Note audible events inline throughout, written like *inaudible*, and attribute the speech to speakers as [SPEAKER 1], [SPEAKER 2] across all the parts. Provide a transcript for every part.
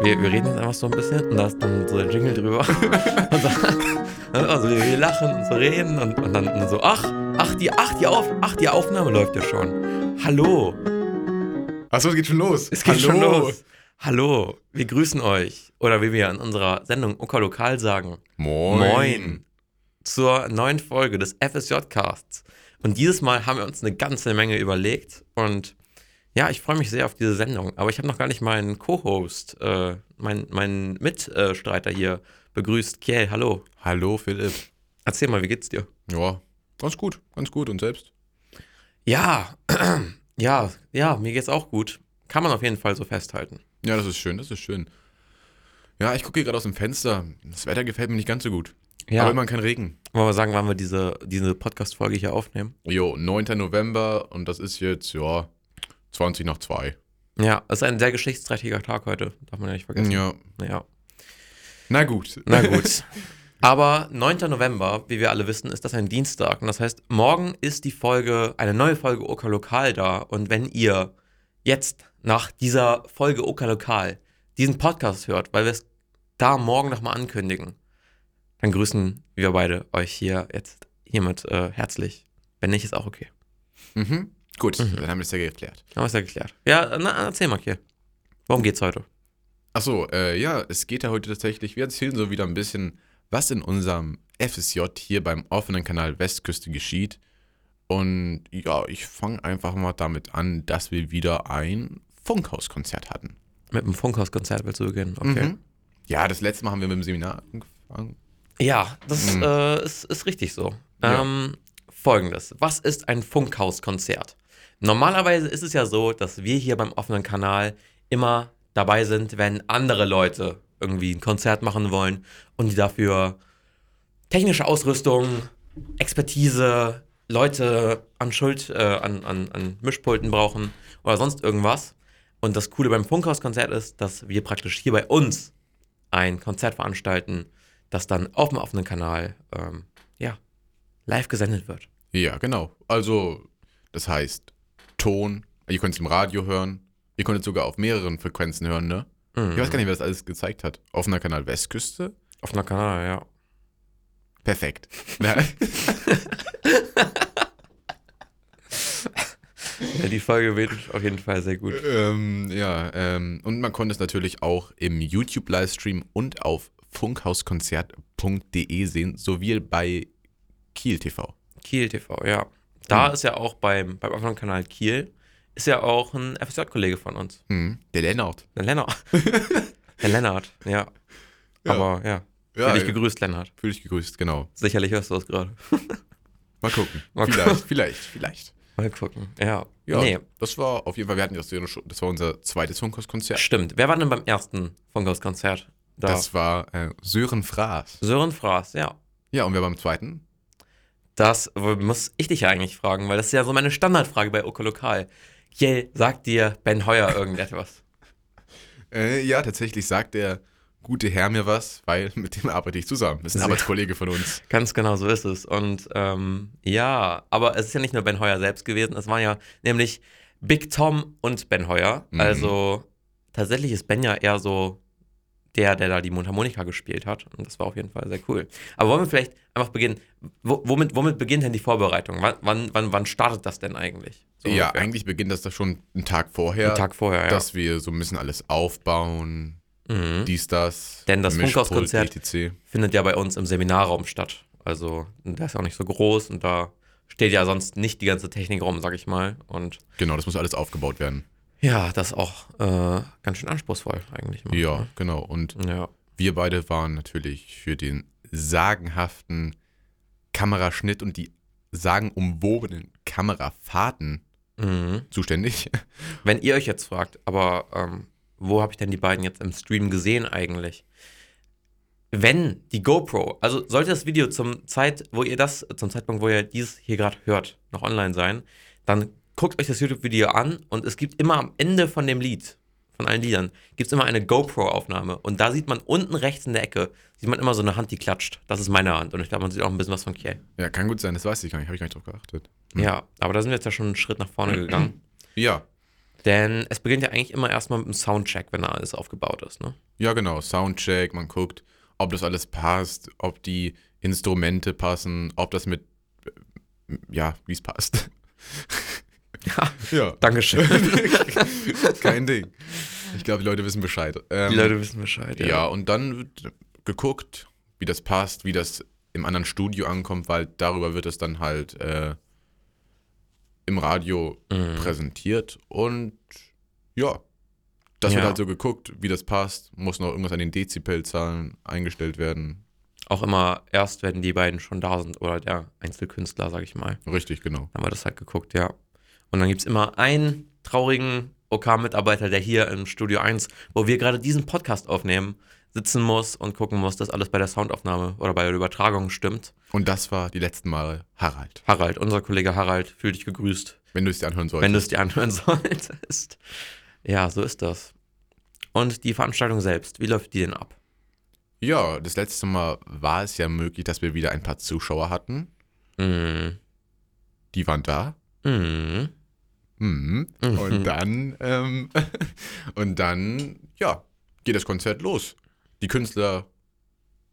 [SPEAKER 1] wir, wir reden jetzt einfach so ein bisschen und da ist dann so der Jingle *laughs* drüber. und so, also wir, wir lachen und so reden und, und dann und so, ach, ach die, ach die, Auf, ach, die Aufnahme läuft ja schon. Hallo,
[SPEAKER 2] Achso, es geht schon los.
[SPEAKER 1] es geht schon los. Hallo, wir grüßen euch. Oder wie wir in unserer Sendung Oka Lokal sagen,
[SPEAKER 2] Moin.
[SPEAKER 1] Moin zur neuen Folge des FSJ-Casts. Und dieses Mal haben wir uns eine ganze Menge überlegt und ja, ich freue mich sehr auf diese Sendung. Aber ich habe noch gar nicht meinen Co-Host, äh, meinen meinen Mitstreiter hier begrüßt. Kiel, hallo.
[SPEAKER 2] Hallo, Philipp.
[SPEAKER 1] Erzähl mal, wie geht's dir?
[SPEAKER 2] Ja, ganz gut, ganz gut. Und selbst?
[SPEAKER 1] Ja, *clears throat* ja, ja, mir geht's auch gut. Kann man auf jeden Fall so festhalten.
[SPEAKER 2] Ja, das ist schön, das ist schön. Ja, ich gucke hier gerade aus dem Fenster. Das Wetter gefällt mir nicht ganz so gut.
[SPEAKER 1] Ja,
[SPEAKER 2] Aber
[SPEAKER 1] wollen
[SPEAKER 2] immerhin kein Regen.
[SPEAKER 1] wir sagen, wann wir diese, diese Podcast-Folge hier aufnehmen?
[SPEAKER 2] Jo, 9. November und das ist jetzt, ja, 20 nach 2.
[SPEAKER 1] Ja, es ist ein sehr geschichtsträchtiger Tag heute, darf man ja nicht vergessen.
[SPEAKER 2] Ja.
[SPEAKER 1] Ja.
[SPEAKER 2] Na gut.
[SPEAKER 1] Na
[SPEAKER 2] *laughs*
[SPEAKER 1] gut. Aber 9. November, wie wir alle wissen, ist das ein Dienstag. Und das heißt, morgen ist die Folge, eine neue Folge Oka Lokal da. Und wenn ihr jetzt nach dieser Folge Oka Lokal diesen Podcast hört, weil wir es da morgen nochmal ankündigen, dann grüßen wir beide euch hier jetzt hiermit äh, herzlich. Wenn nicht, ist auch okay.
[SPEAKER 2] mhm. Gut,
[SPEAKER 1] Mhm.
[SPEAKER 2] dann haben wir es ja geklärt.
[SPEAKER 1] Haben wir es ja geklärt. Ja, na, erzähl mal, Kiel. Worum geht's heute?
[SPEAKER 2] Achso, äh, ja, es geht ja heute tatsächlich. Wir erzählen so wieder ein bisschen, was in unserem FSJ hier beim offenen Kanal Westküste geschieht. Und ja, ich fange einfach mal damit an, dass wir wieder ein Funkhauskonzert hatten.
[SPEAKER 1] Mit dem Funkhauskonzert willst du beginnen? Okay.
[SPEAKER 2] Mhm. Ja, das letzte Mal haben wir mit dem Seminar angefangen.
[SPEAKER 1] Ja, das
[SPEAKER 2] Mhm.
[SPEAKER 1] äh, ist, ist richtig so.
[SPEAKER 2] Ja.
[SPEAKER 1] Ähm, Folgendes. Was ist ein Funkhauskonzert? Normalerweise ist es ja so, dass wir hier beim offenen Kanal immer dabei sind, wenn andere Leute irgendwie ein Konzert machen wollen und die dafür technische Ausrüstung, Expertise, Leute an Schuld, äh, an, an, an Mischpulten brauchen oder sonst irgendwas. Und das Coole beim Funkhauskonzert ist, dass wir praktisch hier bei uns ein Konzert veranstalten, das dann auf dem offenen Kanal ähm, ja, live gesendet wird.
[SPEAKER 2] Ja, genau. Also, das heißt, Ton, ihr könnt es im Radio hören, ihr könnt es sogar auf mehreren Frequenzen hören, ne? Ich weiß gar nicht, wer das alles gezeigt hat. Offener Kanal Westküste?
[SPEAKER 1] Offener Kanal, ja.
[SPEAKER 2] Perfekt. Na,
[SPEAKER 1] ja die Folge wird auf jeden Fall sehr gut.
[SPEAKER 2] ähm, ja, ähm, und man konnte es natürlich auch im YouTube-Livestream und auf funkhauskonzert.de sehen, sowie bei Kiel TV.
[SPEAKER 1] Kiel TV, ja. Da
[SPEAKER 2] Mhm.
[SPEAKER 1] ist ja auch beim, beim offenen Kanal Kiel, ist ja auch ein FSJ-Kollege von uns.
[SPEAKER 2] Hm, der Lennart.
[SPEAKER 1] Der
[SPEAKER 2] *laughs*
[SPEAKER 1] Lennart. Der Lennart, ja.
[SPEAKER 2] Ja.
[SPEAKER 1] Aber ja, ja
[SPEAKER 2] Ja,
[SPEAKER 1] dich gegrüßt, Lennart.
[SPEAKER 2] fühl dich gegrüßt, genau.
[SPEAKER 1] Sicherlich hörst du das gerade.
[SPEAKER 2] Mal gucken.
[SPEAKER 1] Mal
[SPEAKER 2] vielleicht,
[SPEAKER 1] gucken.
[SPEAKER 2] vielleicht, vielleicht.
[SPEAKER 1] Mal gucken. Ja.
[SPEAKER 2] Ja,
[SPEAKER 1] Nee,
[SPEAKER 2] das war auf jeden Fall, wir hatten das, ja schon- das war unser zweites Funkhauskonzert.
[SPEAKER 1] stimmt. Wer war denn beim ersten Funkhaus-Konzert da?
[SPEAKER 2] Das war äh, Sören Fraß.
[SPEAKER 1] Sören Fraß, ja.
[SPEAKER 2] Ja, und wer beim zweiten?
[SPEAKER 1] Das muss ich dich ja eigentlich fragen, weil das ist ja so meine Standardfrage bei Oko Lokal. Jell, sagt dir Ben Heuer irgendetwas?
[SPEAKER 2] *laughs* Äh, ja, tatsächlich sagt der gute Herr mir was, weil *laughs* mit dem arbeite ich zusammen. Das ist ein
[SPEAKER 1] Sehr-
[SPEAKER 2] Arbeitskollege von uns.
[SPEAKER 1] Ganz genau so ist es. Und ähm, ja, aber es ist ja nicht nur Ben Heuer selbst gewesen, es waren ja nämlich Big Tom und Ben Heuer.
[SPEAKER 2] Mhm.
[SPEAKER 1] Also tatsächlich ist Ben ja eher so der, der da die Mundharmonika gespielt hat. Und das war auf jeden Fall sehr cool. Aber wollen wir vielleicht einfach beginnen? Wo, womit, womit beginnt denn die Vorbereitung? Wann, wann, wann, wann startet das denn eigentlich? So
[SPEAKER 2] ja,
[SPEAKER 1] ungefähr.
[SPEAKER 2] eigentlich beginnt das da schon einen Tag vorher,
[SPEAKER 1] Einen Tag vorher, ja.
[SPEAKER 2] dass wir so ein bisschen alles aufbauen,
[SPEAKER 1] mhm.
[SPEAKER 2] dies, das.
[SPEAKER 1] Denn das
[SPEAKER 2] Mischpult,
[SPEAKER 1] Funkhauskonzert-
[SPEAKER 2] etc.
[SPEAKER 1] findet ja bei uns im Seminarraum statt. Also der ist auch nicht so groß und da steht ja sonst nicht die ganze Technik rum, sag ich mal. Und
[SPEAKER 2] Genau, das muss alles aufgebaut werden.
[SPEAKER 1] ja, das ist auch äh, ganz schön anspruchsvoll eigentlich. immer,
[SPEAKER 2] Ja,
[SPEAKER 1] ne?
[SPEAKER 2] genau. Und
[SPEAKER 1] Ja.
[SPEAKER 2] wir beide waren natürlich für den sagenhaften Kameraschnitt und die sagenumwobenen Kamerafahrten
[SPEAKER 1] Mhm.
[SPEAKER 2] zuständig. *laughs*
[SPEAKER 1] Wenn ihr euch jetzt fragt, aber ähm, wo habe ich denn die beiden jetzt im Stream gesehen eigentlich? Wenn die GoPro, also sollte das Video zum Zeit, wo ihr das, zum Zeitpunkt, wo ihr dieses hier gerade hört, noch online sein, dann guckt euch das YouTube-Video an und es gibt immer am Ende von dem Lied, von allen Liedern, gibt es immer eine GoPro-Aufnahme. Und da sieht man unten rechts in der Ecke, sieht man immer so eine Hand, die klatscht. Das ist meine Hand. Und ich glaube, man sieht auch ein bisschen was von Kiel.
[SPEAKER 2] Ja, kann gut sein, das weiß ich gar nicht, habe ich gar nicht drauf geachtet.
[SPEAKER 1] Ja, aber da sind wir jetzt ja schon einen Schritt nach vorne gegangen.
[SPEAKER 2] Ja.
[SPEAKER 1] Denn es beginnt ja eigentlich immer erstmal mit einem Soundcheck, wenn da alles aufgebaut ist. Ne?
[SPEAKER 2] Ja, genau. Soundcheck, man guckt, ob das alles passt, ob die Instrumente passen, ob das mit, ja, wie es passt.
[SPEAKER 1] Ja,
[SPEAKER 2] *laughs* ja.
[SPEAKER 1] Dankeschön.
[SPEAKER 2] Kein Ding. Ich glaube, die Leute wissen Bescheid.
[SPEAKER 1] *laughs*
[SPEAKER 2] Ähm,
[SPEAKER 1] Die Leute wissen Bescheid.
[SPEAKER 2] ja. und dann wird geguckt, wie das passt, wie das im anderen Studio ankommt, weil darüber wird es dann halt äh, im Radio
[SPEAKER 1] Mhm.
[SPEAKER 2] präsentiert und ja, das wird
[SPEAKER 1] Ja.
[SPEAKER 2] halt so geguckt, wie das passt, muss noch irgendwas an den Dezibelzahlen eingestellt werden.
[SPEAKER 1] Auch immer erst, wenn die beiden schon da sind oder der Einzelkünstler, sag ich mal.
[SPEAKER 2] Richtig, genau.
[SPEAKER 1] Dann haben wir das halt geguckt, ja. Und dann gibt es immer einen traurigen OK-Mitarbeiter, der hier im Studio 1, wo wir gerade diesen Podcast aufnehmen, sitzen muss und gucken muss, dass alles bei der Soundaufnahme oder bei der Übertragung stimmt.
[SPEAKER 2] Und das war die letzten Male Harald,
[SPEAKER 1] Harald, unser Kollege Harald, fühl dich gegrüßt.
[SPEAKER 2] wenn du es dir anhören solltest.
[SPEAKER 1] wenn du es dir anhören *laughs* solltest. Ja, so ist das. Und die Veranstaltung selbst, wie läuft die denn ab?
[SPEAKER 2] ja, das letzte Mal war es ja möglich, dass wir wieder ein paar Zuschauer hatten.
[SPEAKER 1] Mhm.
[SPEAKER 2] Die waren da.
[SPEAKER 1] Mhm.
[SPEAKER 2] Mhm.
[SPEAKER 1] *laughs*
[SPEAKER 2] Und dann, ähm, *laughs* und dann, ja, geht das Konzert los. Die Künstler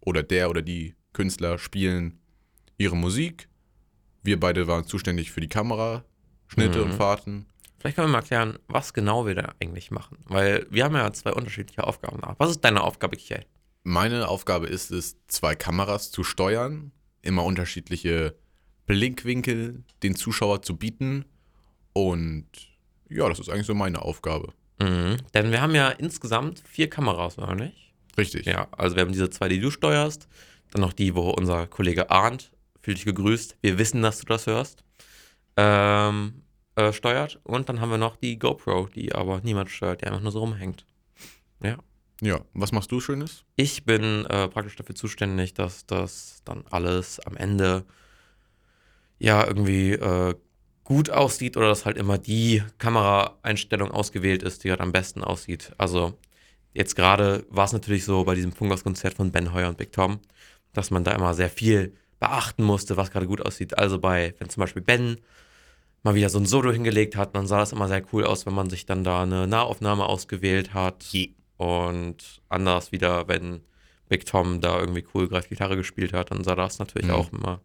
[SPEAKER 2] oder der oder die Künstler spielen ihre Musik. Wir beide waren zuständig für die Kamera, Schnitte
[SPEAKER 1] Mhm.
[SPEAKER 2] und Fahrten.
[SPEAKER 1] Vielleicht können wir mal erklären, was genau wir da eigentlich machen. Weil wir haben ja zwei unterschiedliche Aufgaben. da. Was ist deine Aufgabe, Kiel?
[SPEAKER 2] Meine Aufgabe ist es, zwei Kameras zu steuern, immer unterschiedliche Blinkwinkel den Zuschauer zu bieten. Und ja, das ist eigentlich so meine Aufgabe.
[SPEAKER 1] Mhm. Denn wir haben ja insgesamt vier Kameras, oder nicht?
[SPEAKER 2] Richtig.
[SPEAKER 1] Ja, also wir haben diese zwei, die du steuerst. Dann noch die, wo unser Kollege Arndt, fühl dich gegrüßt, wir wissen, dass du das hörst, ähm, äh, steuert. Und dann haben wir noch die GoPro, die aber niemand steuert, die einfach nur so rumhängt.
[SPEAKER 2] ja. Was machst du Schönes?
[SPEAKER 1] Ich bin äh, praktisch dafür zuständig, dass das dann alles am Ende ja irgendwie äh, gut aussieht oder dass halt immer die Kameraeinstellung ausgewählt ist, die halt am besten aussieht. Also jetzt gerade war es natürlich so bei diesem Funkhaus-Konzert von Ben Heuer und Big Tom, dass man da immer sehr viel beachten musste, was gerade gut aussieht. Also bei, wenn zum Beispiel Ben mal wieder so ein Solo hingelegt hat, dann sah das immer sehr cool aus, wenn man sich dann da eine Nahaufnahme ausgewählt hat. Und anders wieder, wenn Big Tom da irgendwie cool gerade Gitarre gespielt hat, dann sah das natürlich
[SPEAKER 2] Mhm.
[SPEAKER 1] auch immer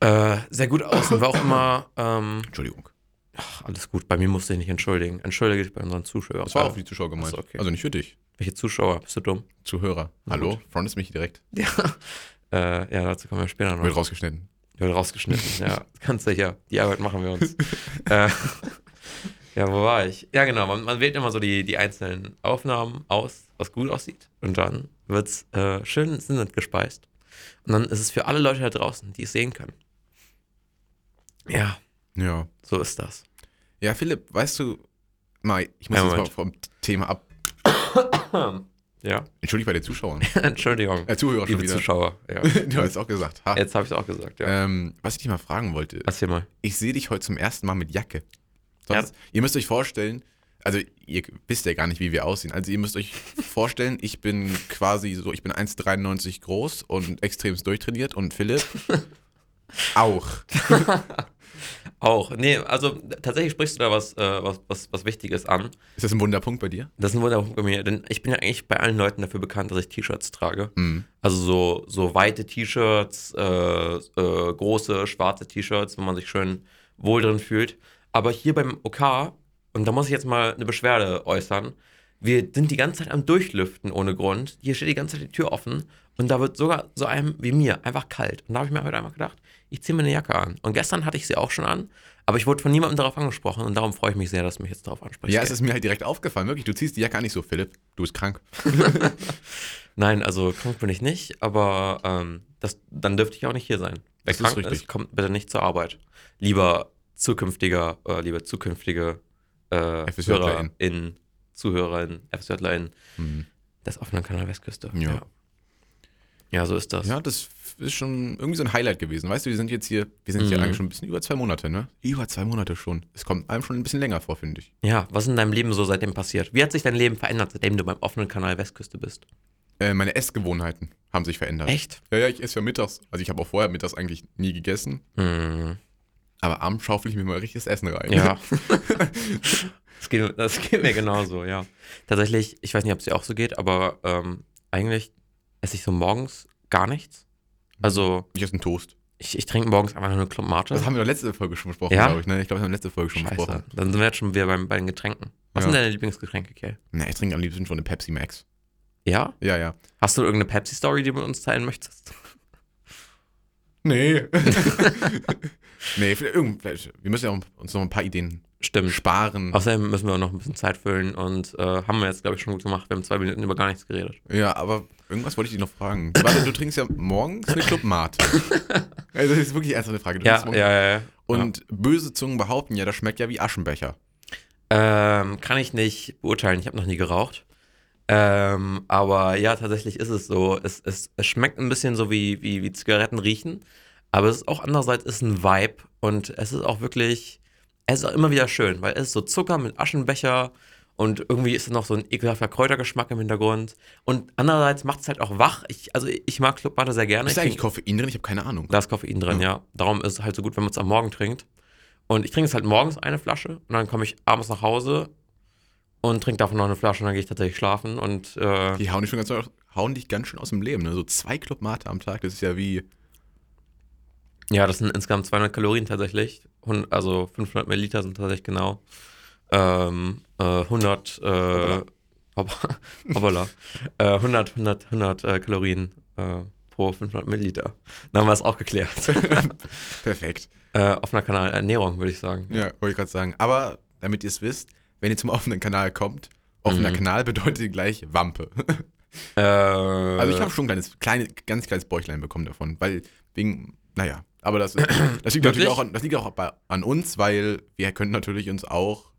[SPEAKER 1] äh, sehr gut aus und war auch immer ähm,
[SPEAKER 2] Entschuldigung.
[SPEAKER 1] ach, alles gut. Bei mir musste ich nicht entschuldigen. Entschuldige dich bei unseren Zuschauern.
[SPEAKER 2] Das war auch für die Zuschauer gemeint.
[SPEAKER 1] Achso, Äh, okay.
[SPEAKER 2] Also nicht für dich.
[SPEAKER 1] Welche Zuschauer? Bist du dumm?
[SPEAKER 2] Zuhörer.
[SPEAKER 1] Na
[SPEAKER 2] Hallo? Frontest mich direkt.
[SPEAKER 1] Ja. Äh, ja, dazu kommen wir später noch.
[SPEAKER 2] Wird rausgeschnitten.
[SPEAKER 1] Wird rausgeschnitten,
[SPEAKER 2] *laughs*
[SPEAKER 1] ja. Ganz sicher. Die Arbeit machen wir uns. äh, ja, wo war ich? Ja, genau. Man, man wählt immer so die, die einzelnen Aufnahmen aus, was gut aussieht. Und dann wird es äh, schön ins Internet gespeist. Und dann ist es für alle Leute da draußen, die es sehen können. Ja,
[SPEAKER 2] Ja.
[SPEAKER 1] so ist das.
[SPEAKER 2] Ja, Philipp, weißt du, mal, ich muss
[SPEAKER 1] Ja,
[SPEAKER 2] jetzt mal
[SPEAKER 1] Moment.
[SPEAKER 2] vom Thema ab.
[SPEAKER 1] Ja, *laughs*
[SPEAKER 2] Entschuldige bei den Zuschauern.
[SPEAKER 1] Entschuldigung,
[SPEAKER 2] Äh, Zuhörer schon
[SPEAKER 1] liebe
[SPEAKER 2] wieder.
[SPEAKER 1] Zuschauer. Ja.
[SPEAKER 2] *laughs* Du hast auch gesagt. Ha.
[SPEAKER 1] Jetzt habe ich es auch gesagt, ja.
[SPEAKER 2] Ähm, was ich dich mal fragen wollte,
[SPEAKER 1] Erzähl mal.
[SPEAKER 2] ich sehe dich heute zum ersten Mal mit Jacke. Sonst, Ihr müsst euch vorstellen, also ihr wisst ja gar nicht, wie wir aussehen. Also
[SPEAKER 1] *laughs*
[SPEAKER 2] ihr müsst euch vorstellen, ich bin quasi so, ich bin 1,93 groß und extremst durchtrainiert
[SPEAKER 1] *laughs*
[SPEAKER 2] und Philipp auch.
[SPEAKER 1] Auch. Nee, also tatsächlich sprichst du da was, äh, was, was, was Wichtiges an.
[SPEAKER 2] Ist das ein Wunderpunkt bei dir?
[SPEAKER 1] Das ist ein Wunderpunkt bei mir, denn ich bin ja eigentlich bei allen Leuten dafür bekannt, dass ich T-Shirts trage.
[SPEAKER 2] Mhm.
[SPEAKER 1] Also so, so weite T-Shirts, äh, äh, große, schwarze T-Shirts, wo man sich schön wohl drin fühlt. Aber hier beim OK, und da muss ich jetzt mal eine Beschwerde äußern, wir sind die ganze Zeit am Durchlüften ohne Grund. Hier steht die ganze Zeit die Tür offen und da wird sogar so einem wie mir einfach kalt. Und da habe ich mir heute einfach gedacht, ich ziehe mir eine Jacke an. Und gestern hatte ich sie auch schon an, aber ich wurde von niemandem darauf angesprochen und darum freue ich mich sehr, dass du mich jetzt darauf ansprichst.
[SPEAKER 2] Ja, es ist mir halt direkt aufgefallen. Wirklich, du ziehst die Jacke an nicht so, Philipp. Du bist krank.
[SPEAKER 1] Nein, also krank bin ich nicht, aber ähm, das, dann dürfte ich auch nicht hier sein. Wer
[SPEAKER 2] Das ist
[SPEAKER 1] krank ist,
[SPEAKER 2] richtig.
[SPEAKER 1] kommt bitte nicht zur Arbeit. Lieber zukünftiger, äh, lieber zukünftige äh,
[SPEAKER 2] FSJlerInnen.
[SPEAKER 1] HörerInnen, ZuhörerInnen, FSJlerInnen
[SPEAKER 2] Mhm.
[SPEAKER 1] des offenen Kanal Westküste.
[SPEAKER 2] Ja.
[SPEAKER 1] ja. Ja, so ist das.
[SPEAKER 2] Ja, das ist schon irgendwie so ein Highlight gewesen. Weißt du, wir sind jetzt hier, wir sind hier
[SPEAKER 1] Mhm.
[SPEAKER 2] eigentlich schon ein bisschen über zwei Monate, ne? Über zwei Monate schon. Es kommt einem schon ein bisschen länger vor, finde ich.
[SPEAKER 1] ja, was ist in deinem Leben so seitdem passiert? Wie hat sich dein Leben verändert, seitdem du beim offenen Kanal Westküste bist?
[SPEAKER 2] Äh, meine Essgewohnheiten haben sich verändert.
[SPEAKER 1] Echt?
[SPEAKER 2] Ja, ja, ich esse ja mittags. Also ich habe auch vorher mittags eigentlich nie gegessen.
[SPEAKER 1] Mhm.
[SPEAKER 2] Aber abends schaufel ich mir mal richtiges Essen rein.
[SPEAKER 1] Ja. *laughs* Das geht, das geht mir genauso, ja. Tatsächlich, ich weiß nicht, ob es dir auch so geht, aber ähm, eigentlich esse ich so morgens gar nichts. Also,
[SPEAKER 2] *laughs* Ich esse einen Toast.
[SPEAKER 1] ich, ich trinke morgens einfach nur eine Klump Mate.
[SPEAKER 2] Das haben wir doch letzte Folge schon besprochen,
[SPEAKER 1] Ja?
[SPEAKER 2] glaube ich. Ne? Ich glaube, wir haben letzte Folge schon
[SPEAKER 1] Scheiße.
[SPEAKER 2] besprochen.
[SPEAKER 1] Dann sind wir jetzt schon wieder beim, bei den Getränken. Was
[SPEAKER 2] Ja.
[SPEAKER 1] sind deine Lieblingsgetränke, Kay?
[SPEAKER 2] Ne, ich trinke am liebsten schon eine Pepsi Max.
[SPEAKER 1] Ja?
[SPEAKER 2] Ja, ja.
[SPEAKER 1] Hast du irgendeine Pepsi-Story, die du mit uns teilen möchtest?
[SPEAKER 2] Nee. *laughs* nee, vielleicht, irgend- vielleicht, wir müssen ja auch uns noch ein paar Ideen
[SPEAKER 1] Stimmt.
[SPEAKER 2] sparen.
[SPEAKER 1] Außerdem müssen wir auch noch ein bisschen Zeit füllen und äh, haben wir jetzt, glaube ich, schon gut gemacht. Wir haben zwei Minuten über gar nichts geredet.
[SPEAKER 2] Ja, aber irgendwas wollte ich dich noch fragen. Warte, du trinkst ja morgens eine Club Mate. Also das ist wirklich ernst eine Frage. Du
[SPEAKER 1] Ja,
[SPEAKER 2] trinkst morgens-
[SPEAKER 1] ja, ja, ja.
[SPEAKER 2] Und böse Zungen behaupten ja, das schmeckt ja wie Aschenbecher.
[SPEAKER 1] Ähm, kann ich nicht beurteilen. Ich habe noch nie geraucht. Ähm, aber ja, tatsächlich ist es so. Es, es, es schmeckt ein bisschen so wie, wie, wie Zigaretten riechen. Aber es ist auch andererseits ist ein Vibe. Und es ist auch wirklich, es ist auch immer wieder schön, weil es ist so Zucker mit Aschenbecher. Und irgendwie ist da noch so ein ekelhafter Kräutergeschmack im Hintergrund. Und andererseits macht es halt auch wach. Ich, also ich mag Club Mate sehr gerne.
[SPEAKER 2] Ist
[SPEAKER 1] Ich
[SPEAKER 2] da eigentlich
[SPEAKER 1] trinke-
[SPEAKER 2] Koffein drin? Ich habe keine Ahnung.
[SPEAKER 1] Da ist Koffein drin, ja. Darum ist es halt so gut, wenn man es am Morgen trinkt. Und ich trinke es halt morgens eine Flasche und dann komme ich abends nach Hause und trinke davon noch eine Flasche und dann gehe ich tatsächlich schlafen und äh,
[SPEAKER 2] Die hauen dich, schon ganz, hauen dich ganz schön aus dem Leben. Ne? So zwei Club Mate am Tag, das ist ja wie...
[SPEAKER 1] ja, das sind insgesamt 200 Kalorien tatsächlich. Hun- also 500 Milliliter sind tatsächlich genau. Ähm, äh, 100, äh, hopp- *laughs* hoppala, äh, 100, 100, 100 äh, Kalorien äh, pro 500 Milliliter. Dann haben wir es auch
[SPEAKER 2] *laughs*
[SPEAKER 1] geklärt.
[SPEAKER 2] Perfekt.
[SPEAKER 1] äh, offener Kanal Ernährung, würde ich sagen.
[SPEAKER 2] Ja, wollte ich gerade sagen. Aber damit ihr es wisst, wenn ihr zum offenen Kanal kommt, offener Kanal bedeutet gleich Wampe.
[SPEAKER 1] Äh,
[SPEAKER 2] Also ich habe schon ein kleines, kleine, ganz kleines Bäuchlein bekommen davon, weil wegen, naja, aber
[SPEAKER 1] *coughs*
[SPEAKER 2] das, das liegt
[SPEAKER 1] Wirklich?
[SPEAKER 2] natürlich auch, an, das liegt auch bei, an uns, weil wir können natürlich uns auch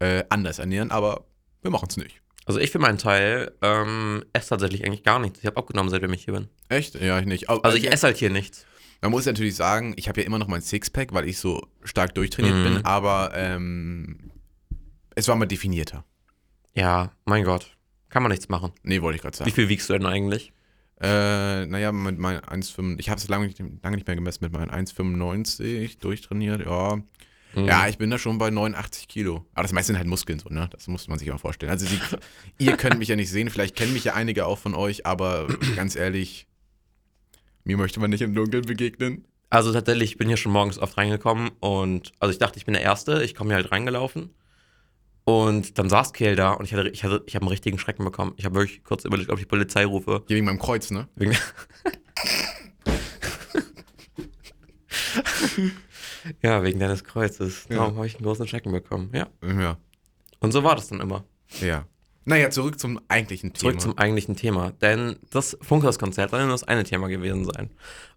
[SPEAKER 2] äh, anders ernähren, aber wir machen es nicht.
[SPEAKER 1] Also ich für meinen Teil ähm, esse tatsächlich eigentlich gar nichts. Ich habe abgenommen, seitdem ich hier bin.
[SPEAKER 2] Echt? Ja, ich nicht. Aber,
[SPEAKER 1] Also ich esse halt hier nichts.
[SPEAKER 2] Man muss natürlich sagen, ich habe ja immer noch mein Sixpack, weil ich so stark durchtrainiert
[SPEAKER 1] Mhm.
[SPEAKER 2] bin, aber ähm, es war mal definierter.
[SPEAKER 1] Ja, mein Gott. Kann man nichts machen.
[SPEAKER 2] Nee, wollte ich gerade sagen.
[SPEAKER 1] Wie viel wiegst du denn eigentlich?
[SPEAKER 2] Äh, naja, mit meinen 1,5, ich habe es lange, nicht- lange nicht mehr gemessen, mit meinen 1,95 durchtrainiert, ja.
[SPEAKER 1] Mhm.
[SPEAKER 2] Ja, ich bin da schon bei 89 Kilo. Aber das meiste sind halt Muskeln so, ne? Das muss man sich mal vorstellen.
[SPEAKER 1] *laughs*
[SPEAKER 2] Also sie, ihr könnt mich ja nicht sehen, vielleicht kennen mich ja einige auch von euch, aber ganz ehrlich, mir möchte man nicht im Dunkeln begegnen.
[SPEAKER 1] Also tatsächlich, ich bin hier schon morgens oft reingekommen und also ich dachte, ich bin der Erste. Ich komme hier halt reingelaufen. Und dann saß Kehl da und ich, hatte, ich, hatte, ich habe einen richtigen Schrecken bekommen. Ich habe wirklich kurz überlegt, ob ich die Polizei rufe.
[SPEAKER 2] Hier wegen meinem Kreuz, ne?
[SPEAKER 1] Wegen ja, wegen deines Kreuzes.
[SPEAKER 2] Ja.
[SPEAKER 1] Darum habe ich einen großen Schrecken bekommen. Ja.
[SPEAKER 2] Ja.
[SPEAKER 1] Und so war das dann immer.
[SPEAKER 2] Ja. Naja, zurück zum eigentlichen Thema.
[SPEAKER 1] Zurück zum eigentlichen Thema. Denn das Funkhauskonzert soll ja nur das eine Thema gewesen sein.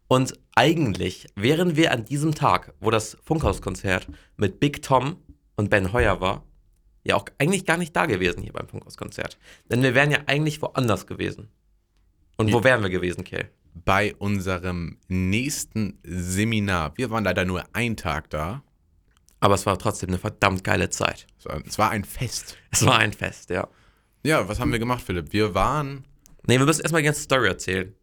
[SPEAKER 1] Und eigentlich wären wir an diesem Tag, wo das Funkhauskonzert mit Big Tom und Ben Heuer war, ja auch eigentlich gar nicht da gewesen hier beim Funkhauskonzert. Denn wir wären ja eigentlich woanders gewesen. Und wo wären wir gewesen, Kill?
[SPEAKER 2] bei unserem nächsten Seminar. Wir waren leider nur einen Tag da.
[SPEAKER 1] Aber es war trotzdem eine verdammt geile Zeit.
[SPEAKER 2] Es war, es war ein Fest.
[SPEAKER 1] Es war ein Fest, ja.
[SPEAKER 2] Ja, was haben wir gemacht, Philipp? Wir waren,
[SPEAKER 1] Nee, wir müssen erstmal die ganze Story erzählen.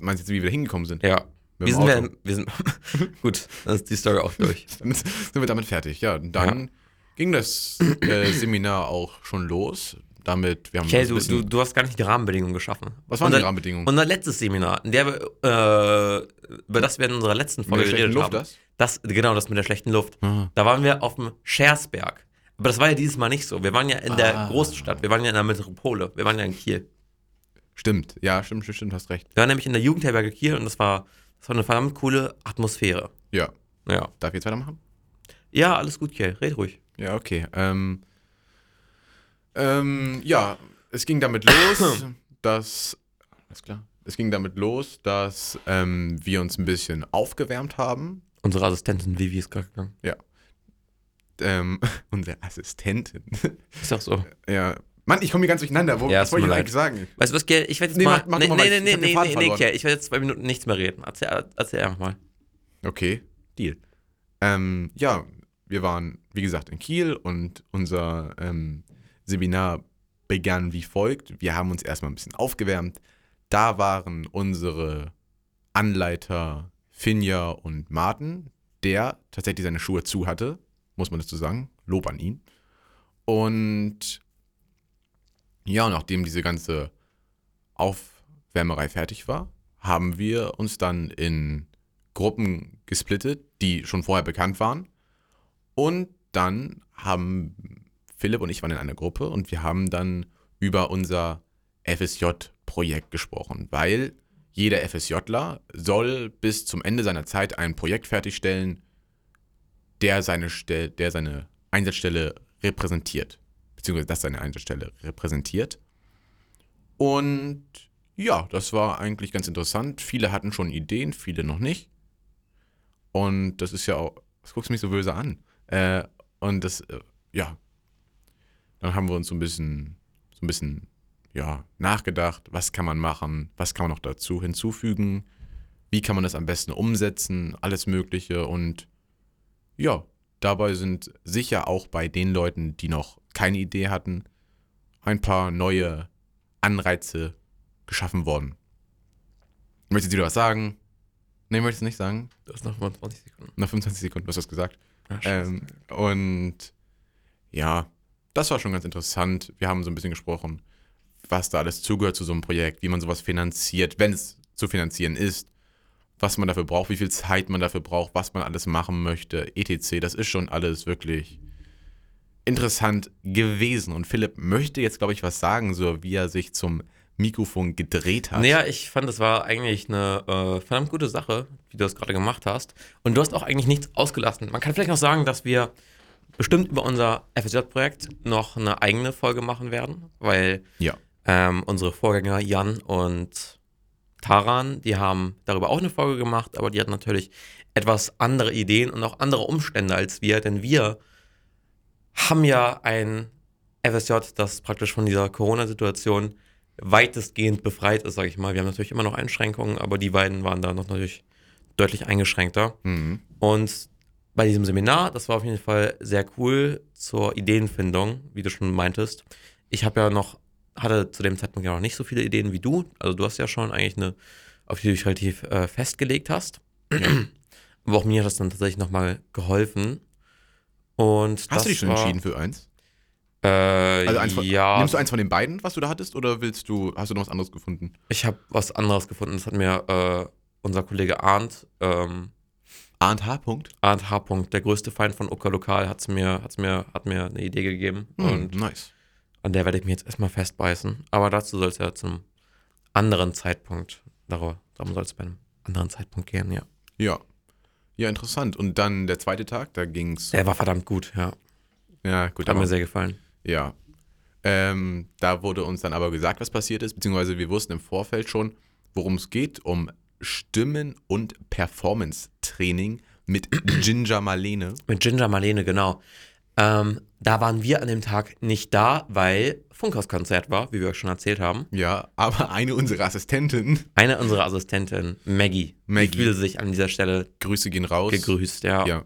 [SPEAKER 2] meinst du jetzt, wie wir da hingekommen sind?
[SPEAKER 1] Ja.
[SPEAKER 2] Mit
[SPEAKER 1] Wie
[SPEAKER 2] dem
[SPEAKER 1] sind
[SPEAKER 2] Auto.
[SPEAKER 1] wir, wir sind, *laughs* gut, dann ist die Story auch durch.
[SPEAKER 2] Dann ist- sind *laughs* wir damit fertig. Ja, und dann ging das äh, Seminar auch schon los. Damit, wir haben
[SPEAKER 1] Kjell,
[SPEAKER 2] das
[SPEAKER 1] du, du, du hast gar nicht die Rahmenbedingungen geschaffen.
[SPEAKER 2] Was waren die
[SPEAKER 1] unser,
[SPEAKER 2] Rahmenbedingungen?
[SPEAKER 1] Unser letztes Seminar, in der wir, äh, über das wir in unserer letzten Folge
[SPEAKER 2] der
[SPEAKER 1] geredet
[SPEAKER 2] schlechten
[SPEAKER 1] haben.
[SPEAKER 2] Luft,
[SPEAKER 1] das? Genau, das mit der schlechten Luft.
[SPEAKER 2] Ah.
[SPEAKER 1] Da waren wir auf dem Schersberg. Aber das war ja dieses Mal nicht so. Wir waren ja in der
[SPEAKER 2] Ah.
[SPEAKER 1] Großstadt, wir waren ja in der Metropole, wir waren ja in Kiel.
[SPEAKER 2] Stimmt, ja, stimmt, stimmt, stimmt, hast recht.
[SPEAKER 1] Wir waren nämlich in der Jugendherberge Kiel und das war, das war eine verdammt coole Atmosphäre.
[SPEAKER 2] Ja,
[SPEAKER 1] Ja.
[SPEAKER 2] darf ich jetzt weitermachen?
[SPEAKER 1] Ja, alles gut, Kiel. Red ruhig.
[SPEAKER 2] Ja, okay. Ähm, ähm, ja, es ging
[SPEAKER 1] *coughs*
[SPEAKER 2] damit los, dass. Alles klar. Es ging damit los, dass ähm, wir uns ein bisschen aufgewärmt haben.
[SPEAKER 1] Unsere Assistentin Vivi ist gerade gegangen.
[SPEAKER 2] Ähm, *laughs* unsere Assistentin. *laughs*
[SPEAKER 1] Ist doch so.
[SPEAKER 2] ja. Mann, ich komme hier ganz durcheinander. Wo,
[SPEAKER 1] Ja,
[SPEAKER 2] was
[SPEAKER 1] es tut
[SPEAKER 2] wollte ich
[SPEAKER 1] mir
[SPEAKER 2] eigentlich sagen?
[SPEAKER 1] Weißt du was, Kiel? Ich werde jetzt
[SPEAKER 2] Nee,
[SPEAKER 1] mal.
[SPEAKER 2] mach- mach
[SPEAKER 1] nee,
[SPEAKER 2] du mal
[SPEAKER 1] nee,
[SPEAKER 2] weiter. Ich
[SPEAKER 1] nee,
[SPEAKER 2] hab den
[SPEAKER 1] nee,
[SPEAKER 2] Faden
[SPEAKER 1] nee, nee,
[SPEAKER 2] verloren.
[SPEAKER 1] Kiel. Ich werde jetzt zwei Minuten nichts mehr reden. Erzähl, erzähl einfach mal.
[SPEAKER 2] Okay, Deal. Ähm, ja, wir waren, wie gesagt, in Kiel und unser ähm, Seminar begann wie folgt. Wir haben uns erstmal ein bisschen aufgewärmt. Da waren unsere Anleiter Finja und Martin, der tatsächlich seine Schuhe zu hatte, muss man dazu sagen. Lob an ihn. Und ja, nachdem diese ganze Aufwärmerei fertig war, haben wir uns dann in Gruppen gesplittet, die schon vorher bekannt waren. Und dann haben Philipp und ich waren in einer Gruppe und wir haben dann über unser FSJ-Projekt gesprochen, weil jeder FSJler soll bis zum Ende seiner Zeit ein Projekt fertigstellen, der seine, Stel der seine Einsatzstelle repräsentiert, beziehungsweise das seine Einsatzstelle repräsentiert. Und ja, das war eigentlich ganz interessant. Viele hatten schon Ideen, viele noch nicht. Und das ist ja auch, das guckst du mich so böse an. Äh, und das, äh, ja, dann haben wir uns so ein bisschen, so ein bisschen, ja, nachgedacht, was kann man machen, was kann man noch dazu hinzufügen, wie kann man das am besten umsetzen, alles Mögliche und ja, dabei sind sicher auch bei den Leuten, die noch keine Idee hatten, ein paar neue Anreize geschaffen worden. Möchtest du wieder was sagen? Nee, möchtest du nicht sagen?
[SPEAKER 1] Das ist noch 25 Sekunden.
[SPEAKER 2] Nach 25 Sekunden, du hast was gesagt.
[SPEAKER 1] Ah, scheiße.
[SPEAKER 2] Ähm, und ja, das war schon ganz interessant. Wir haben so ein bisschen gesprochen, was da alles zugehört zu so einem Projekt, wie man sowas finanziert, wenn es zu finanzieren ist, was man dafür braucht, wie viel Zeit man dafür braucht, was man alles machen möchte, etc. Das ist schon alles wirklich interessant gewesen. Und Philipp möchte jetzt, glaube ich, was sagen, so wie er sich zum Mikrofon gedreht hat.
[SPEAKER 1] Naja, ich fand, das war eigentlich eine äh, verdammt gute Sache, wie du das gerade gemacht hast. Und du hast auch eigentlich nichts ausgelassen. Man kann vielleicht noch sagen, dass wir bestimmt über unser FSJ-Projekt noch eine eigene Folge machen werden, weil
[SPEAKER 2] Ja.
[SPEAKER 1] ähm, unsere Vorgänger Jan und Taran, die haben darüber auch eine Folge gemacht, aber die hatten natürlich etwas andere Ideen und auch andere Umstände als wir, denn wir haben ja ein FSJ, das praktisch von dieser Corona-Situation weitestgehend befreit ist, sage ich mal. Wir haben natürlich immer noch Einschränkungen, aber die beiden waren da noch natürlich deutlich eingeschränkter.
[SPEAKER 2] Mhm.
[SPEAKER 1] Und bei diesem Seminar, das war auf jeden Fall sehr cool zur Ideenfindung, wie du schon meintest. Ich habe ja noch, hatte zu dem Zeitpunkt ja noch nicht so viele Ideen wie du. Also du hast ja schon eigentlich eine, auf die du dich relativ äh, festgelegt hast. Aber auch mir hat das dann tatsächlich nochmal geholfen. Und das
[SPEAKER 2] Hast du dich schon
[SPEAKER 1] war,
[SPEAKER 2] entschieden für eins?
[SPEAKER 1] Äh,
[SPEAKER 2] Also eins von,
[SPEAKER 1] ja,
[SPEAKER 2] Nimmst du eins von den beiden, was du da hattest, oder willst du, hast du noch was anderes gefunden?
[SPEAKER 1] ich habe was anderes gefunden. Das hat mir äh, unser Kollege Arndt ähm,
[SPEAKER 2] Arndt H. Punkt.
[SPEAKER 1] Arndt H. Punkt, der größte Feind von Oka Lokal, hat's mir, hat's mir, hat mir eine Idee gegeben.
[SPEAKER 2] Hm,
[SPEAKER 1] Und
[SPEAKER 2] nice.
[SPEAKER 1] an der werde ich mich jetzt erstmal festbeißen. Aber dazu soll es ja zum anderen Zeitpunkt, darüber, darum soll es bei einem anderen Zeitpunkt gehen, ja.
[SPEAKER 2] Ja. Ja, interessant. Und dann der zweite Tag, da ging's.
[SPEAKER 1] Der war verdammt gut, ja.
[SPEAKER 2] Ja, gut.
[SPEAKER 1] Hat
[SPEAKER 2] aber-
[SPEAKER 1] mir sehr gefallen.
[SPEAKER 2] Ja. Ähm, da wurde uns dann aber gesagt, was passiert ist, beziehungsweise wir wussten im Vorfeld schon, worum es geht, um Stimmen- und Performance-Training *clears throat* mit Ginger Marlene.
[SPEAKER 1] Mit Ginger Marlene, genau. Ähm, da waren wir an dem Tag nicht da, weil Funkhauskonzert war, wie wir euch schon erzählt haben.
[SPEAKER 2] Ja, aber eine unserer Assistenten.
[SPEAKER 1] Eine unserer Assistenten, Maggie,
[SPEAKER 2] Maggie.
[SPEAKER 1] die fühlte sich an dieser Stelle
[SPEAKER 2] Grüße gehen raus.
[SPEAKER 1] gegrüßt, ja.
[SPEAKER 2] Ja.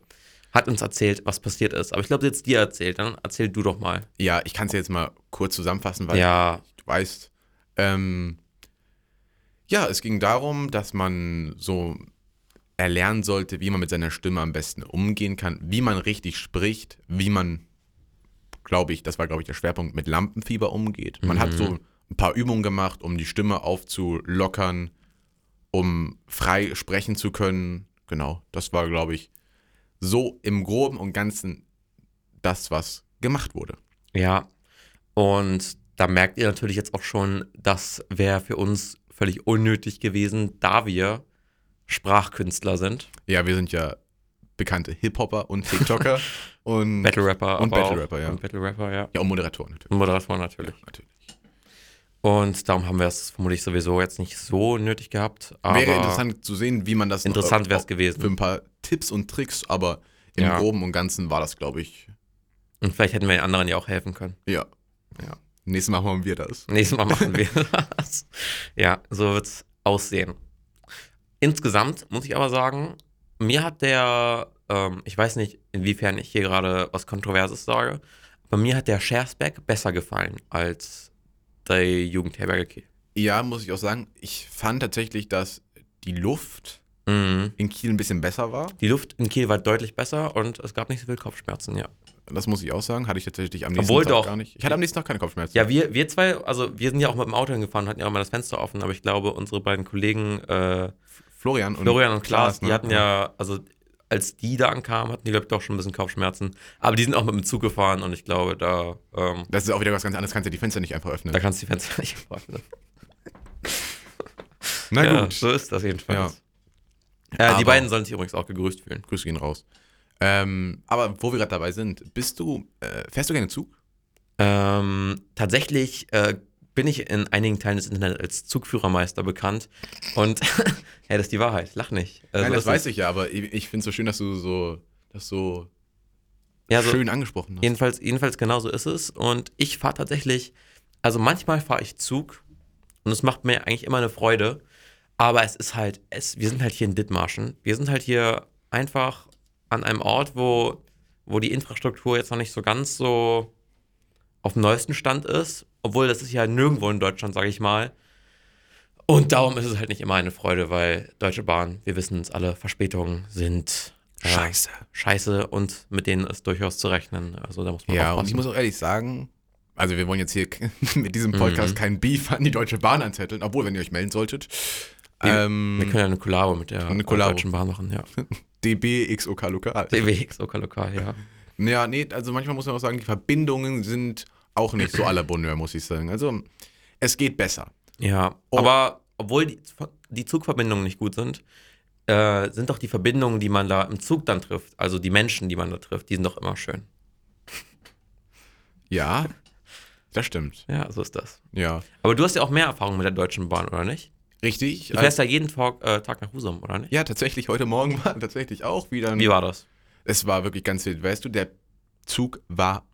[SPEAKER 1] Hat uns erzählt, was passiert ist. Aber ich glaube, sie hat es dir erzählt. Dann erzähl du doch mal.
[SPEAKER 2] Ja, ich kann es jetzt mal kurz zusammenfassen, weil
[SPEAKER 1] ja,
[SPEAKER 2] du weißt. Ähm, ja, es ging darum, dass man so erlernen sollte, wie man mit seiner Stimme am besten umgehen kann, wie man richtig spricht, wie man, glaube ich, das war, glaube ich, der Schwerpunkt, mit Lampenfieber umgeht. Man hat so ein paar Übungen gemacht, um die Stimme aufzulockern, um frei sprechen zu können. Genau, das war, glaube ich, so im groben und ganzen das, was gemacht wurde.
[SPEAKER 1] Ja, und da merkt ihr natürlich jetzt auch schon, das wäre für uns völlig unnötig gewesen, da wir Sprachkünstler sind,
[SPEAKER 2] Ja, wir sind ja bekannte Hip-Hopper und TikToker
[SPEAKER 1] *laughs*
[SPEAKER 2] und,
[SPEAKER 1] Battle Rapper,
[SPEAKER 2] und
[SPEAKER 1] aber auch-
[SPEAKER 2] Battle Rapper, ja.
[SPEAKER 1] Und Battle Rapper, ja.
[SPEAKER 2] ja, und Moderatoren natürlich.
[SPEAKER 1] Und Moderatoren natürlich.
[SPEAKER 2] natürlich.
[SPEAKER 1] Und darum haben wir es vermutlich sowieso jetzt nicht so nötig gehabt. Aber
[SPEAKER 2] Wäre interessant zu sehen, wie man das
[SPEAKER 1] Interessant
[SPEAKER 2] äh,
[SPEAKER 1] wär's
[SPEAKER 2] für
[SPEAKER 1] gewesen.
[SPEAKER 2] ein paar Tipps und Tricks, aber im
[SPEAKER 1] Ja.
[SPEAKER 2] Groben und Ganzen war das, glaube ich,
[SPEAKER 1] Und vielleicht hätten wir den anderen ja auch helfen können.
[SPEAKER 2] ja.
[SPEAKER 1] Ja.
[SPEAKER 2] Nächstes Mal machen wir das.
[SPEAKER 1] Nächstes Mal machen wir das. Ja, so wird's aussehen. Insgesamt muss ich aber sagen, mir hat der, ähm, ich weiß nicht, inwiefern ich hier gerade was Kontroverses sage, aber mir hat der Schersbeck besser gefallen als der Jugendherberge Kiel.
[SPEAKER 2] Ja, muss ich auch sagen, ich fand tatsächlich, dass die Luft
[SPEAKER 1] Mhm.
[SPEAKER 2] in Kiel ein bisschen besser war.
[SPEAKER 1] Die Luft in Kiel war deutlich besser und es gab nicht so viel Kopfschmerzen, ja.
[SPEAKER 2] Das muss ich auch sagen. Hatte ich tatsächlich am nächsten
[SPEAKER 1] Obwohl
[SPEAKER 2] Tag
[SPEAKER 1] doch.
[SPEAKER 2] gar nicht. Ich hatte am nächsten Tag keine Kopfschmerzen.
[SPEAKER 1] Ja, wir, wir zwei, also wir sind ja auch mit dem Auto hingefahren, hatten ja auch mal das Fenster offen, aber ich glaube, unsere beiden Kollegen, äh,
[SPEAKER 2] Florian und,
[SPEAKER 1] Florian und Klaas,
[SPEAKER 2] ne?
[SPEAKER 1] die hatten ja, also als die da ankamen, hatten die, glaube ich, doch schon ein bisschen Kopfschmerzen. Aber die sind auch mit dem Zug gefahren und ich glaube, da, ähm,
[SPEAKER 2] Das ist auch wieder was ganz anderes. Kannst ja die Fenster nicht einfach öffnen.
[SPEAKER 1] da kannst du die Fenster *laughs* nicht öffnen.
[SPEAKER 2] Na
[SPEAKER 1] ja,
[SPEAKER 2] gut.
[SPEAKER 1] So ist das jedenfalls. Äh,
[SPEAKER 2] Aber-
[SPEAKER 1] die beiden sollen sich übrigens auch gegrüßt fühlen.
[SPEAKER 2] Grüße gehen raus. Ähm, aber wo wir gerade dabei sind, bist du, äh, fährst du gerne Zug?
[SPEAKER 1] Ähm, tatsächlich äh, bin ich in einigen Teilen des Internets als Zugführermeister bekannt. Und *laughs* hey, das ist die Wahrheit. Lach nicht. Äh,
[SPEAKER 2] Nein,
[SPEAKER 1] so
[SPEAKER 2] das
[SPEAKER 1] ist
[SPEAKER 2] weiß
[SPEAKER 1] es.
[SPEAKER 2] ich ja, aber ich, ich finde es so schön, dass du so, das so
[SPEAKER 1] Ja, so,
[SPEAKER 2] schön angesprochen hast.
[SPEAKER 1] Jedenfalls, jedenfalls genau so ist es. Und ich fahre tatsächlich, also manchmal fahre ich Zug und es macht mir eigentlich immer eine Freude. Aber es ist halt, es, wir sind halt hier in Dithmarschen. Wir sind halt hier einfach an einem Ort, wo, wo die Infrastruktur jetzt noch nicht so ganz so auf dem neuesten Stand ist. Obwohl das ist ja nirgendwo in Deutschland, sage ich mal. Und darum ist es halt nicht immer eine Freude, weil Deutsche Bahn, wir wissen es alle, Verspätungen sind äh, scheiße und mit denen ist durchaus zu rechnen. Also da muss man
[SPEAKER 2] Ja, und ich
[SPEAKER 1] aufpassen.
[SPEAKER 2] muss auch ehrlich sagen, also wir wollen jetzt hier *laughs* mit diesem Podcast
[SPEAKER 1] Mhm.
[SPEAKER 2] keinen Beef an die Deutsche Bahn anzetteln, obwohl, wenn ihr euch melden solltet,
[SPEAKER 1] Wir-
[SPEAKER 2] ähm,
[SPEAKER 1] Wir können ja eine Kollabo mit der
[SPEAKER 2] Eine Kollabo.
[SPEAKER 1] Deutschen Bahn machen,
[SPEAKER 2] *laughs*
[SPEAKER 1] ja.
[SPEAKER 2] DBXOK lokal.
[SPEAKER 1] DWX, lokal,
[SPEAKER 2] *laughs*
[SPEAKER 1] ja.
[SPEAKER 2] Ja, nee, also manchmal muss man auch sagen, die Verbindungen sind auch nicht so à la Bonheur, muss ich sagen. Also es geht besser.
[SPEAKER 1] Ja,
[SPEAKER 2] Oh.
[SPEAKER 1] aber obwohl die, die Zugverbindungen nicht gut sind, äh, sind doch die Verbindungen, die man da im Zug dann trifft, also die Menschen, die man da trifft, die sind doch immer schön.
[SPEAKER 2] Ja, das stimmt.
[SPEAKER 1] Ja, so ist das.
[SPEAKER 2] Ja,
[SPEAKER 1] Aber du hast ja auch mehr Erfahrung mit der Deutschen Bahn, oder nicht?
[SPEAKER 2] richtig.
[SPEAKER 1] Du fährst ja jeden Tag, äh, Tag nach Husum, oder nicht?
[SPEAKER 2] ja, tatsächlich, heute Morgen war *laughs* tatsächlich auch wieder ein
[SPEAKER 1] Wie war das?
[SPEAKER 2] Es war wirklich ganz wild. Weißt du, der Zug war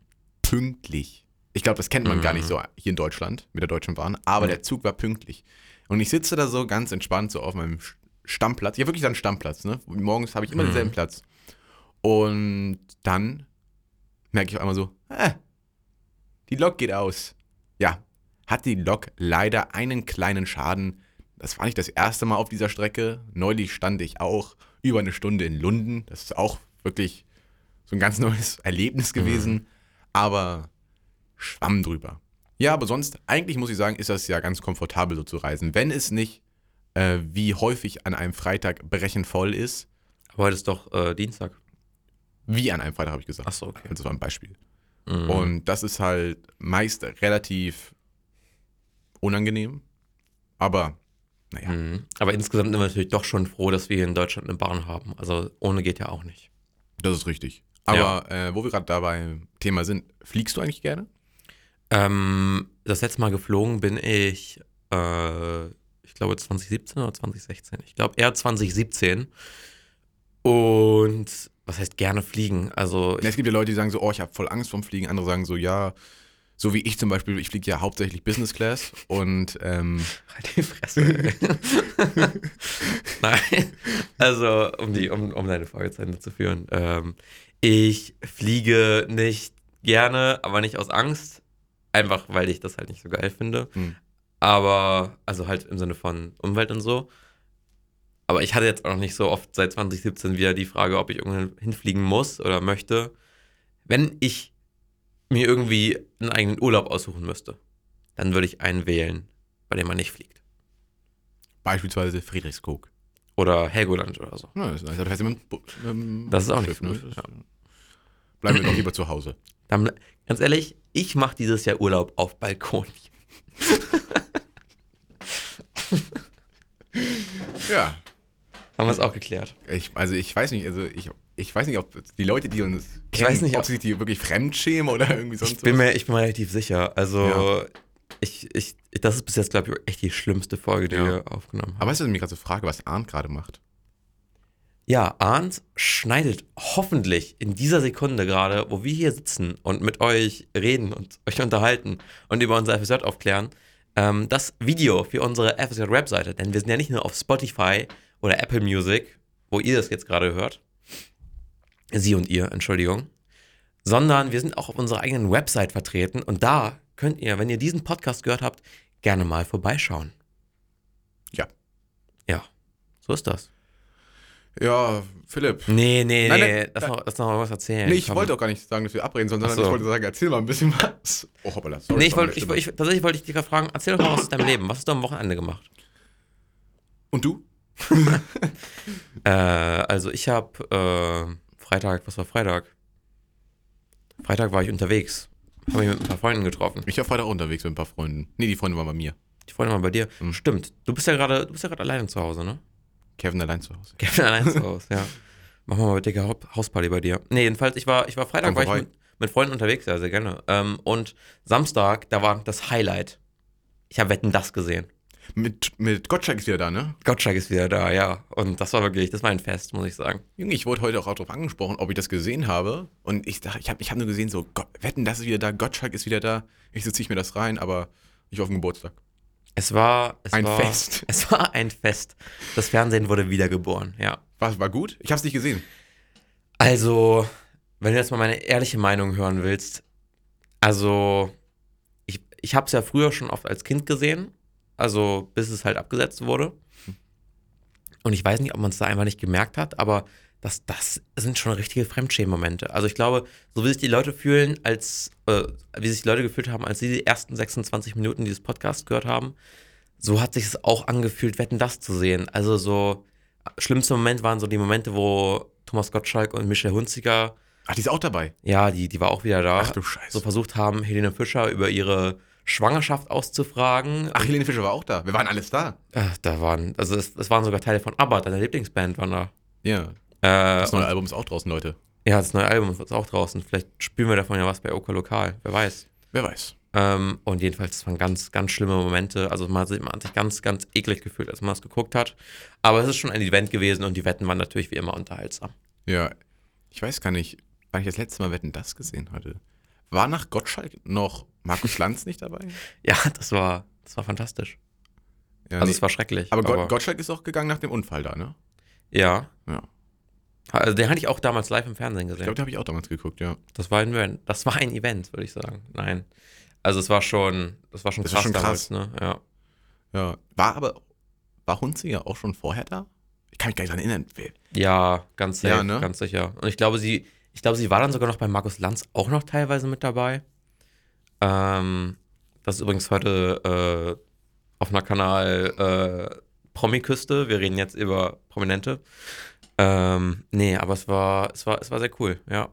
[SPEAKER 2] pünktlich. Ich glaube, das kennt man
[SPEAKER 1] Mhm.
[SPEAKER 2] gar nicht so hier in Deutschland mit der Deutschen Bahn, aber
[SPEAKER 1] Mhm.
[SPEAKER 2] der Zug war pünktlich. Und ich sitze da so ganz entspannt so auf meinem Sch- Stammplatz. Ja, wirklich dann Stammplatz, ne? Morgens habe ich immer
[SPEAKER 1] Mhm.
[SPEAKER 2] denselben Platz. Und dann merke ich auf einmal so, ah, die Lok geht aus. Ja, hat die Lok leider einen kleinen Schaden. Das war nicht das erste Mal auf dieser Strecke. Neulich stand ich auch über eine Stunde in Lunden. Das ist auch wirklich so ein ganz *laughs* neues Erlebnis gewesen. Aber schwamm drüber. Ja, aber sonst, eigentlich muss ich sagen, ist das ja ganz komfortabel so zu reisen. Wenn es nicht, äh, wie häufig an einem Freitag brechend voll ist.
[SPEAKER 1] Aber heute ist doch äh, Dienstag.
[SPEAKER 2] Wie an einem Freitag, habe ich gesagt.
[SPEAKER 1] Achso, okay.
[SPEAKER 2] Das war ein Beispiel.
[SPEAKER 1] Mhm.
[SPEAKER 2] Und das ist halt meist relativ unangenehm. Aber ja.
[SPEAKER 1] Mhm. Aber insgesamt sind wir natürlich doch schon froh, dass wir hier in Deutschland eine Bahn haben. Also ohne geht ja auch nicht.
[SPEAKER 2] das ist richtig. Aber äh, wo wir gerade dabei Thema sind, fliegst du eigentlich gerne?
[SPEAKER 1] Ähm, das letzte Mal geflogen bin ich, äh, ich glaube 2017 oder 2016. Ich glaube eher 2017. Und was heißt gerne fliegen? Also
[SPEAKER 2] Es gibt ja Leute, die sagen so, oh, ich habe voll Angst vom Fliegen. Andere sagen so, ja, so wie ich zum Beispiel, ich fliege ja hauptsächlich Business
[SPEAKER 1] *laughs*
[SPEAKER 2] Class und ähm,
[SPEAKER 1] Halt die Fresse. ey. *laughs* Nein. Also, um, die, um, um deine Frage zu Ende zu führen. Ähm, ich fliege nicht gerne, aber nicht aus Angst. Einfach, weil ich das halt nicht so geil finde.
[SPEAKER 2] Hm.
[SPEAKER 1] Aber, also halt im Sinne von Umwelt und so. Aber ich hatte jetzt auch noch nicht so oft seit 2017 wieder die Frage, ob ich irgendwo hinfliegen muss oder möchte, wenn ich mir irgendwie einen eigenen Urlaub aussuchen müsste. Dann würde ich einen wählen, bei dem man nicht fliegt.
[SPEAKER 2] beispielsweise Friedrichskoog.
[SPEAKER 1] Oder Helgoland oder so.
[SPEAKER 2] Ja, das ist nice. Aber fährst du mit dem Bu- mit dem
[SPEAKER 1] Das ist auch nicht
[SPEAKER 2] Schiff,
[SPEAKER 1] so
[SPEAKER 2] ne?
[SPEAKER 1] gut,
[SPEAKER 2] Das ist-
[SPEAKER 1] ja.
[SPEAKER 2] Bleiben wir doch lieber
[SPEAKER 1] *clears throat*
[SPEAKER 2] zu Hause.
[SPEAKER 1] Dann, ganz ehrlich, ich mache dieses Jahr Urlaub auf Balkon. *laughs*
[SPEAKER 2] Ja,
[SPEAKER 1] Haben wir es auch geklärt.
[SPEAKER 2] Ich, also ich weiß nicht, also ich, ich weiß nicht, ob die Leute, die uns kennen,
[SPEAKER 1] Ich weiß nicht,
[SPEAKER 2] ob
[SPEAKER 1] ob-
[SPEAKER 2] sie die wirklich fremd schämen oder irgendwie sonst
[SPEAKER 1] Ich bin,
[SPEAKER 2] was.
[SPEAKER 1] mir, ich bin mir relativ sicher. Also,
[SPEAKER 2] Ja.
[SPEAKER 1] ich, ich, das ist bis jetzt, glaube ich, echt die schlimmste Folge, die
[SPEAKER 2] Ja.
[SPEAKER 1] wir aufgenommen haben.
[SPEAKER 2] Aber weißt du, was ich mir gerade so frage, was Arndt gerade macht?
[SPEAKER 1] Ja, Arndt schneidet hoffentlich in dieser Sekunde gerade, wo wir hier sitzen und mit euch reden und euch unterhalten und über unser FSJ aufklären, ähm, das Video für unsere FSJ-Webseite. Denn wir sind ja nicht nur auf Spotify oder Apple Music, wo ihr das jetzt gerade hört. Sie und ihr, Entschuldigung. Sondern wir sind auch auf unserer eigenen Website vertreten und da könnt ihr, wenn ihr diesen Podcast gehört habt, gerne mal vorbeischauen.
[SPEAKER 2] Ja.
[SPEAKER 1] Ja, so ist das.
[SPEAKER 2] Ja, Philipp.
[SPEAKER 1] Nee, nee,
[SPEAKER 2] Nein,
[SPEAKER 1] nee.
[SPEAKER 2] nein,
[SPEAKER 1] Lass noch, lass noch mal was erzählen.
[SPEAKER 2] Nee, ich
[SPEAKER 1] Komm.
[SPEAKER 2] wollte auch gar nicht sagen, dass wir abreden, sondern
[SPEAKER 1] Ach so.
[SPEAKER 2] ich wollte sagen, erzähl mal ein bisschen was. Oh, hoppala, sorry.
[SPEAKER 1] Nee, ich
[SPEAKER 2] war
[SPEAKER 1] wollte, ich,
[SPEAKER 2] meine
[SPEAKER 1] ich,
[SPEAKER 2] Stimme.
[SPEAKER 1] tatsächlich wollte ich dich gerade fragen, erzähl doch mal was aus deinem Leben. Was hast du am Wochenende gemacht?
[SPEAKER 2] Und du?
[SPEAKER 1] Äh, also ich habe äh, Freitag, was war Freitag? Freitag war ich unterwegs. Habe mich mit ein paar Freunden getroffen.
[SPEAKER 2] Ich war Freitag unterwegs mit ein paar Freunden. Nee, die Freunde waren bei mir.
[SPEAKER 1] Ich freue mal bei dir.
[SPEAKER 2] Mhm.
[SPEAKER 1] Stimmt. Du bist ja gerade, du bist ja gerade alleine zu Hause,
[SPEAKER 2] *laughs*
[SPEAKER 1] ne?
[SPEAKER 2] Kevin allein zu Hause.
[SPEAKER 1] Kevin allein zu Hause, ja. Machen wir mal dicke Haup- Hausparty bei dir. Nee, jedenfalls, ich war, ich war Freitag
[SPEAKER 2] Komm
[SPEAKER 1] war ich
[SPEAKER 2] vorbei.
[SPEAKER 1] mit, mit Freunden unterwegs, ja, sehr gerne. Ähm, und Samstag, da war das Highlight. Ich habe Wetten das gesehen.
[SPEAKER 2] Mit, mit Gottschalk ist wieder da, ne?
[SPEAKER 1] Gottschalk ist wieder da, ja. Und das war wirklich, das war ein Fest, muss ich sagen.
[SPEAKER 2] Junge, ich wurde heute auch darauf angesprochen, ob ich das gesehen habe. Und ich, dachte- ich habe ich hab nur gesehen, so, Gott, wetten, das ist wieder da, Gottschalk ist wieder da. Ich so, zieh ich mir das rein, aber ich war auf dem Geburtstag.
[SPEAKER 1] Es war es
[SPEAKER 2] Ein
[SPEAKER 1] war,
[SPEAKER 2] Fest.
[SPEAKER 1] *laughs* Es war ein Fest. Das Fernsehen wurde wiedergeboren, ja.
[SPEAKER 2] War, war gut? Ich habe es nicht gesehen.
[SPEAKER 1] Also, wenn du jetzt mal meine ehrliche Meinung hören willst, also ich, ich habe es ja früher schon oft als Kind gesehen, also bis es halt abgesetzt wurde. Und ich weiß nicht, ob man es da einfach nicht gemerkt hat, aber das, das sind schon richtige Fremdschämen-Momente. Also ich glaube, so wie sich die Leute fühlen, als äh, wie sich die Leute gefühlt haben, als sie die ersten 26 Minuten dieses Podcast gehört haben, so hat sich es auch angefühlt, wetten das zu sehen. Also so schlimmste Moment waren so die Momente, wo Thomas Gottschalk und Michelle Hunziker,
[SPEAKER 2] Ach, die ist auch dabei.
[SPEAKER 1] ja, die, die war auch wieder da,
[SPEAKER 2] Ach du Scheiße.
[SPEAKER 1] so versucht haben, Helene Fischer über ihre Schwangerschaft auszufragen.
[SPEAKER 2] Ach, Helene Fischer war auch da. Wir waren alles da.
[SPEAKER 1] Ach, da waren, also es, es waren sogar Teile von ABBA, deiner Lieblingsband, waren da.
[SPEAKER 2] Ja.
[SPEAKER 1] Äh,
[SPEAKER 2] Das neue Album ist auch draußen, Leute.
[SPEAKER 1] Ja, das neue Album ist auch draußen. Vielleicht spielen wir davon ja was bei Oka Lokal. Wer weiß.
[SPEAKER 2] Wer weiß.
[SPEAKER 1] Ähm, und jedenfalls, das waren ganz, ganz schlimme Momente. Also man hat sich, man hat sich ganz, ganz eklig gefühlt, als man das geguckt hat. Aber es ist schon ein Event gewesen und die Wetten waren natürlich wie immer unterhaltsam.
[SPEAKER 2] Ja. Ich weiß gar nicht, wann ich das letzte Mal Wetten das gesehen hatte. War nach Gottschalk noch Markus Lanz nicht *laughs* dabei?
[SPEAKER 1] Ja, das war, das war fantastisch.
[SPEAKER 2] Ja,
[SPEAKER 1] Also
[SPEAKER 2] nee.
[SPEAKER 1] es war schrecklich.
[SPEAKER 2] aber, Gott, Gottschalk ist auch gegangen nach dem Unfall da, ne?
[SPEAKER 1] Ja.
[SPEAKER 2] Ja.
[SPEAKER 1] Also den hatte ich auch damals live im Fernsehen
[SPEAKER 2] Ich
[SPEAKER 1] gesehen.
[SPEAKER 2] glaube, den habe ich auch damals geguckt, ja.
[SPEAKER 1] Das war ein Event. Das war ein Event, würde ich sagen. Nein. Also es war schon, das war schon
[SPEAKER 2] Das war
[SPEAKER 1] krass,
[SPEAKER 2] schon
[SPEAKER 1] damals,
[SPEAKER 2] krass.
[SPEAKER 1] ne? Ja.
[SPEAKER 2] Ja. War aber, war Hunziger auch schon vorher da? Ich kann mich gar nicht dran erinnern. Wer-
[SPEAKER 1] Ja, ganz safe,
[SPEAKER 2] Ja, ne?
[SPEAKER 1] ganz sicher. Und ich glaube, sie, ich glaube, sie war dann sogar noch bei Markus Lanz auch noch teilweise mit dabei. Ähm, das ist übrigens heute äh, auf einer Kanal äh, Promi-Küste. Wir reden jetzt über Prominente. Ähm, nee, aber es war, es war, es war sehr cool, ja.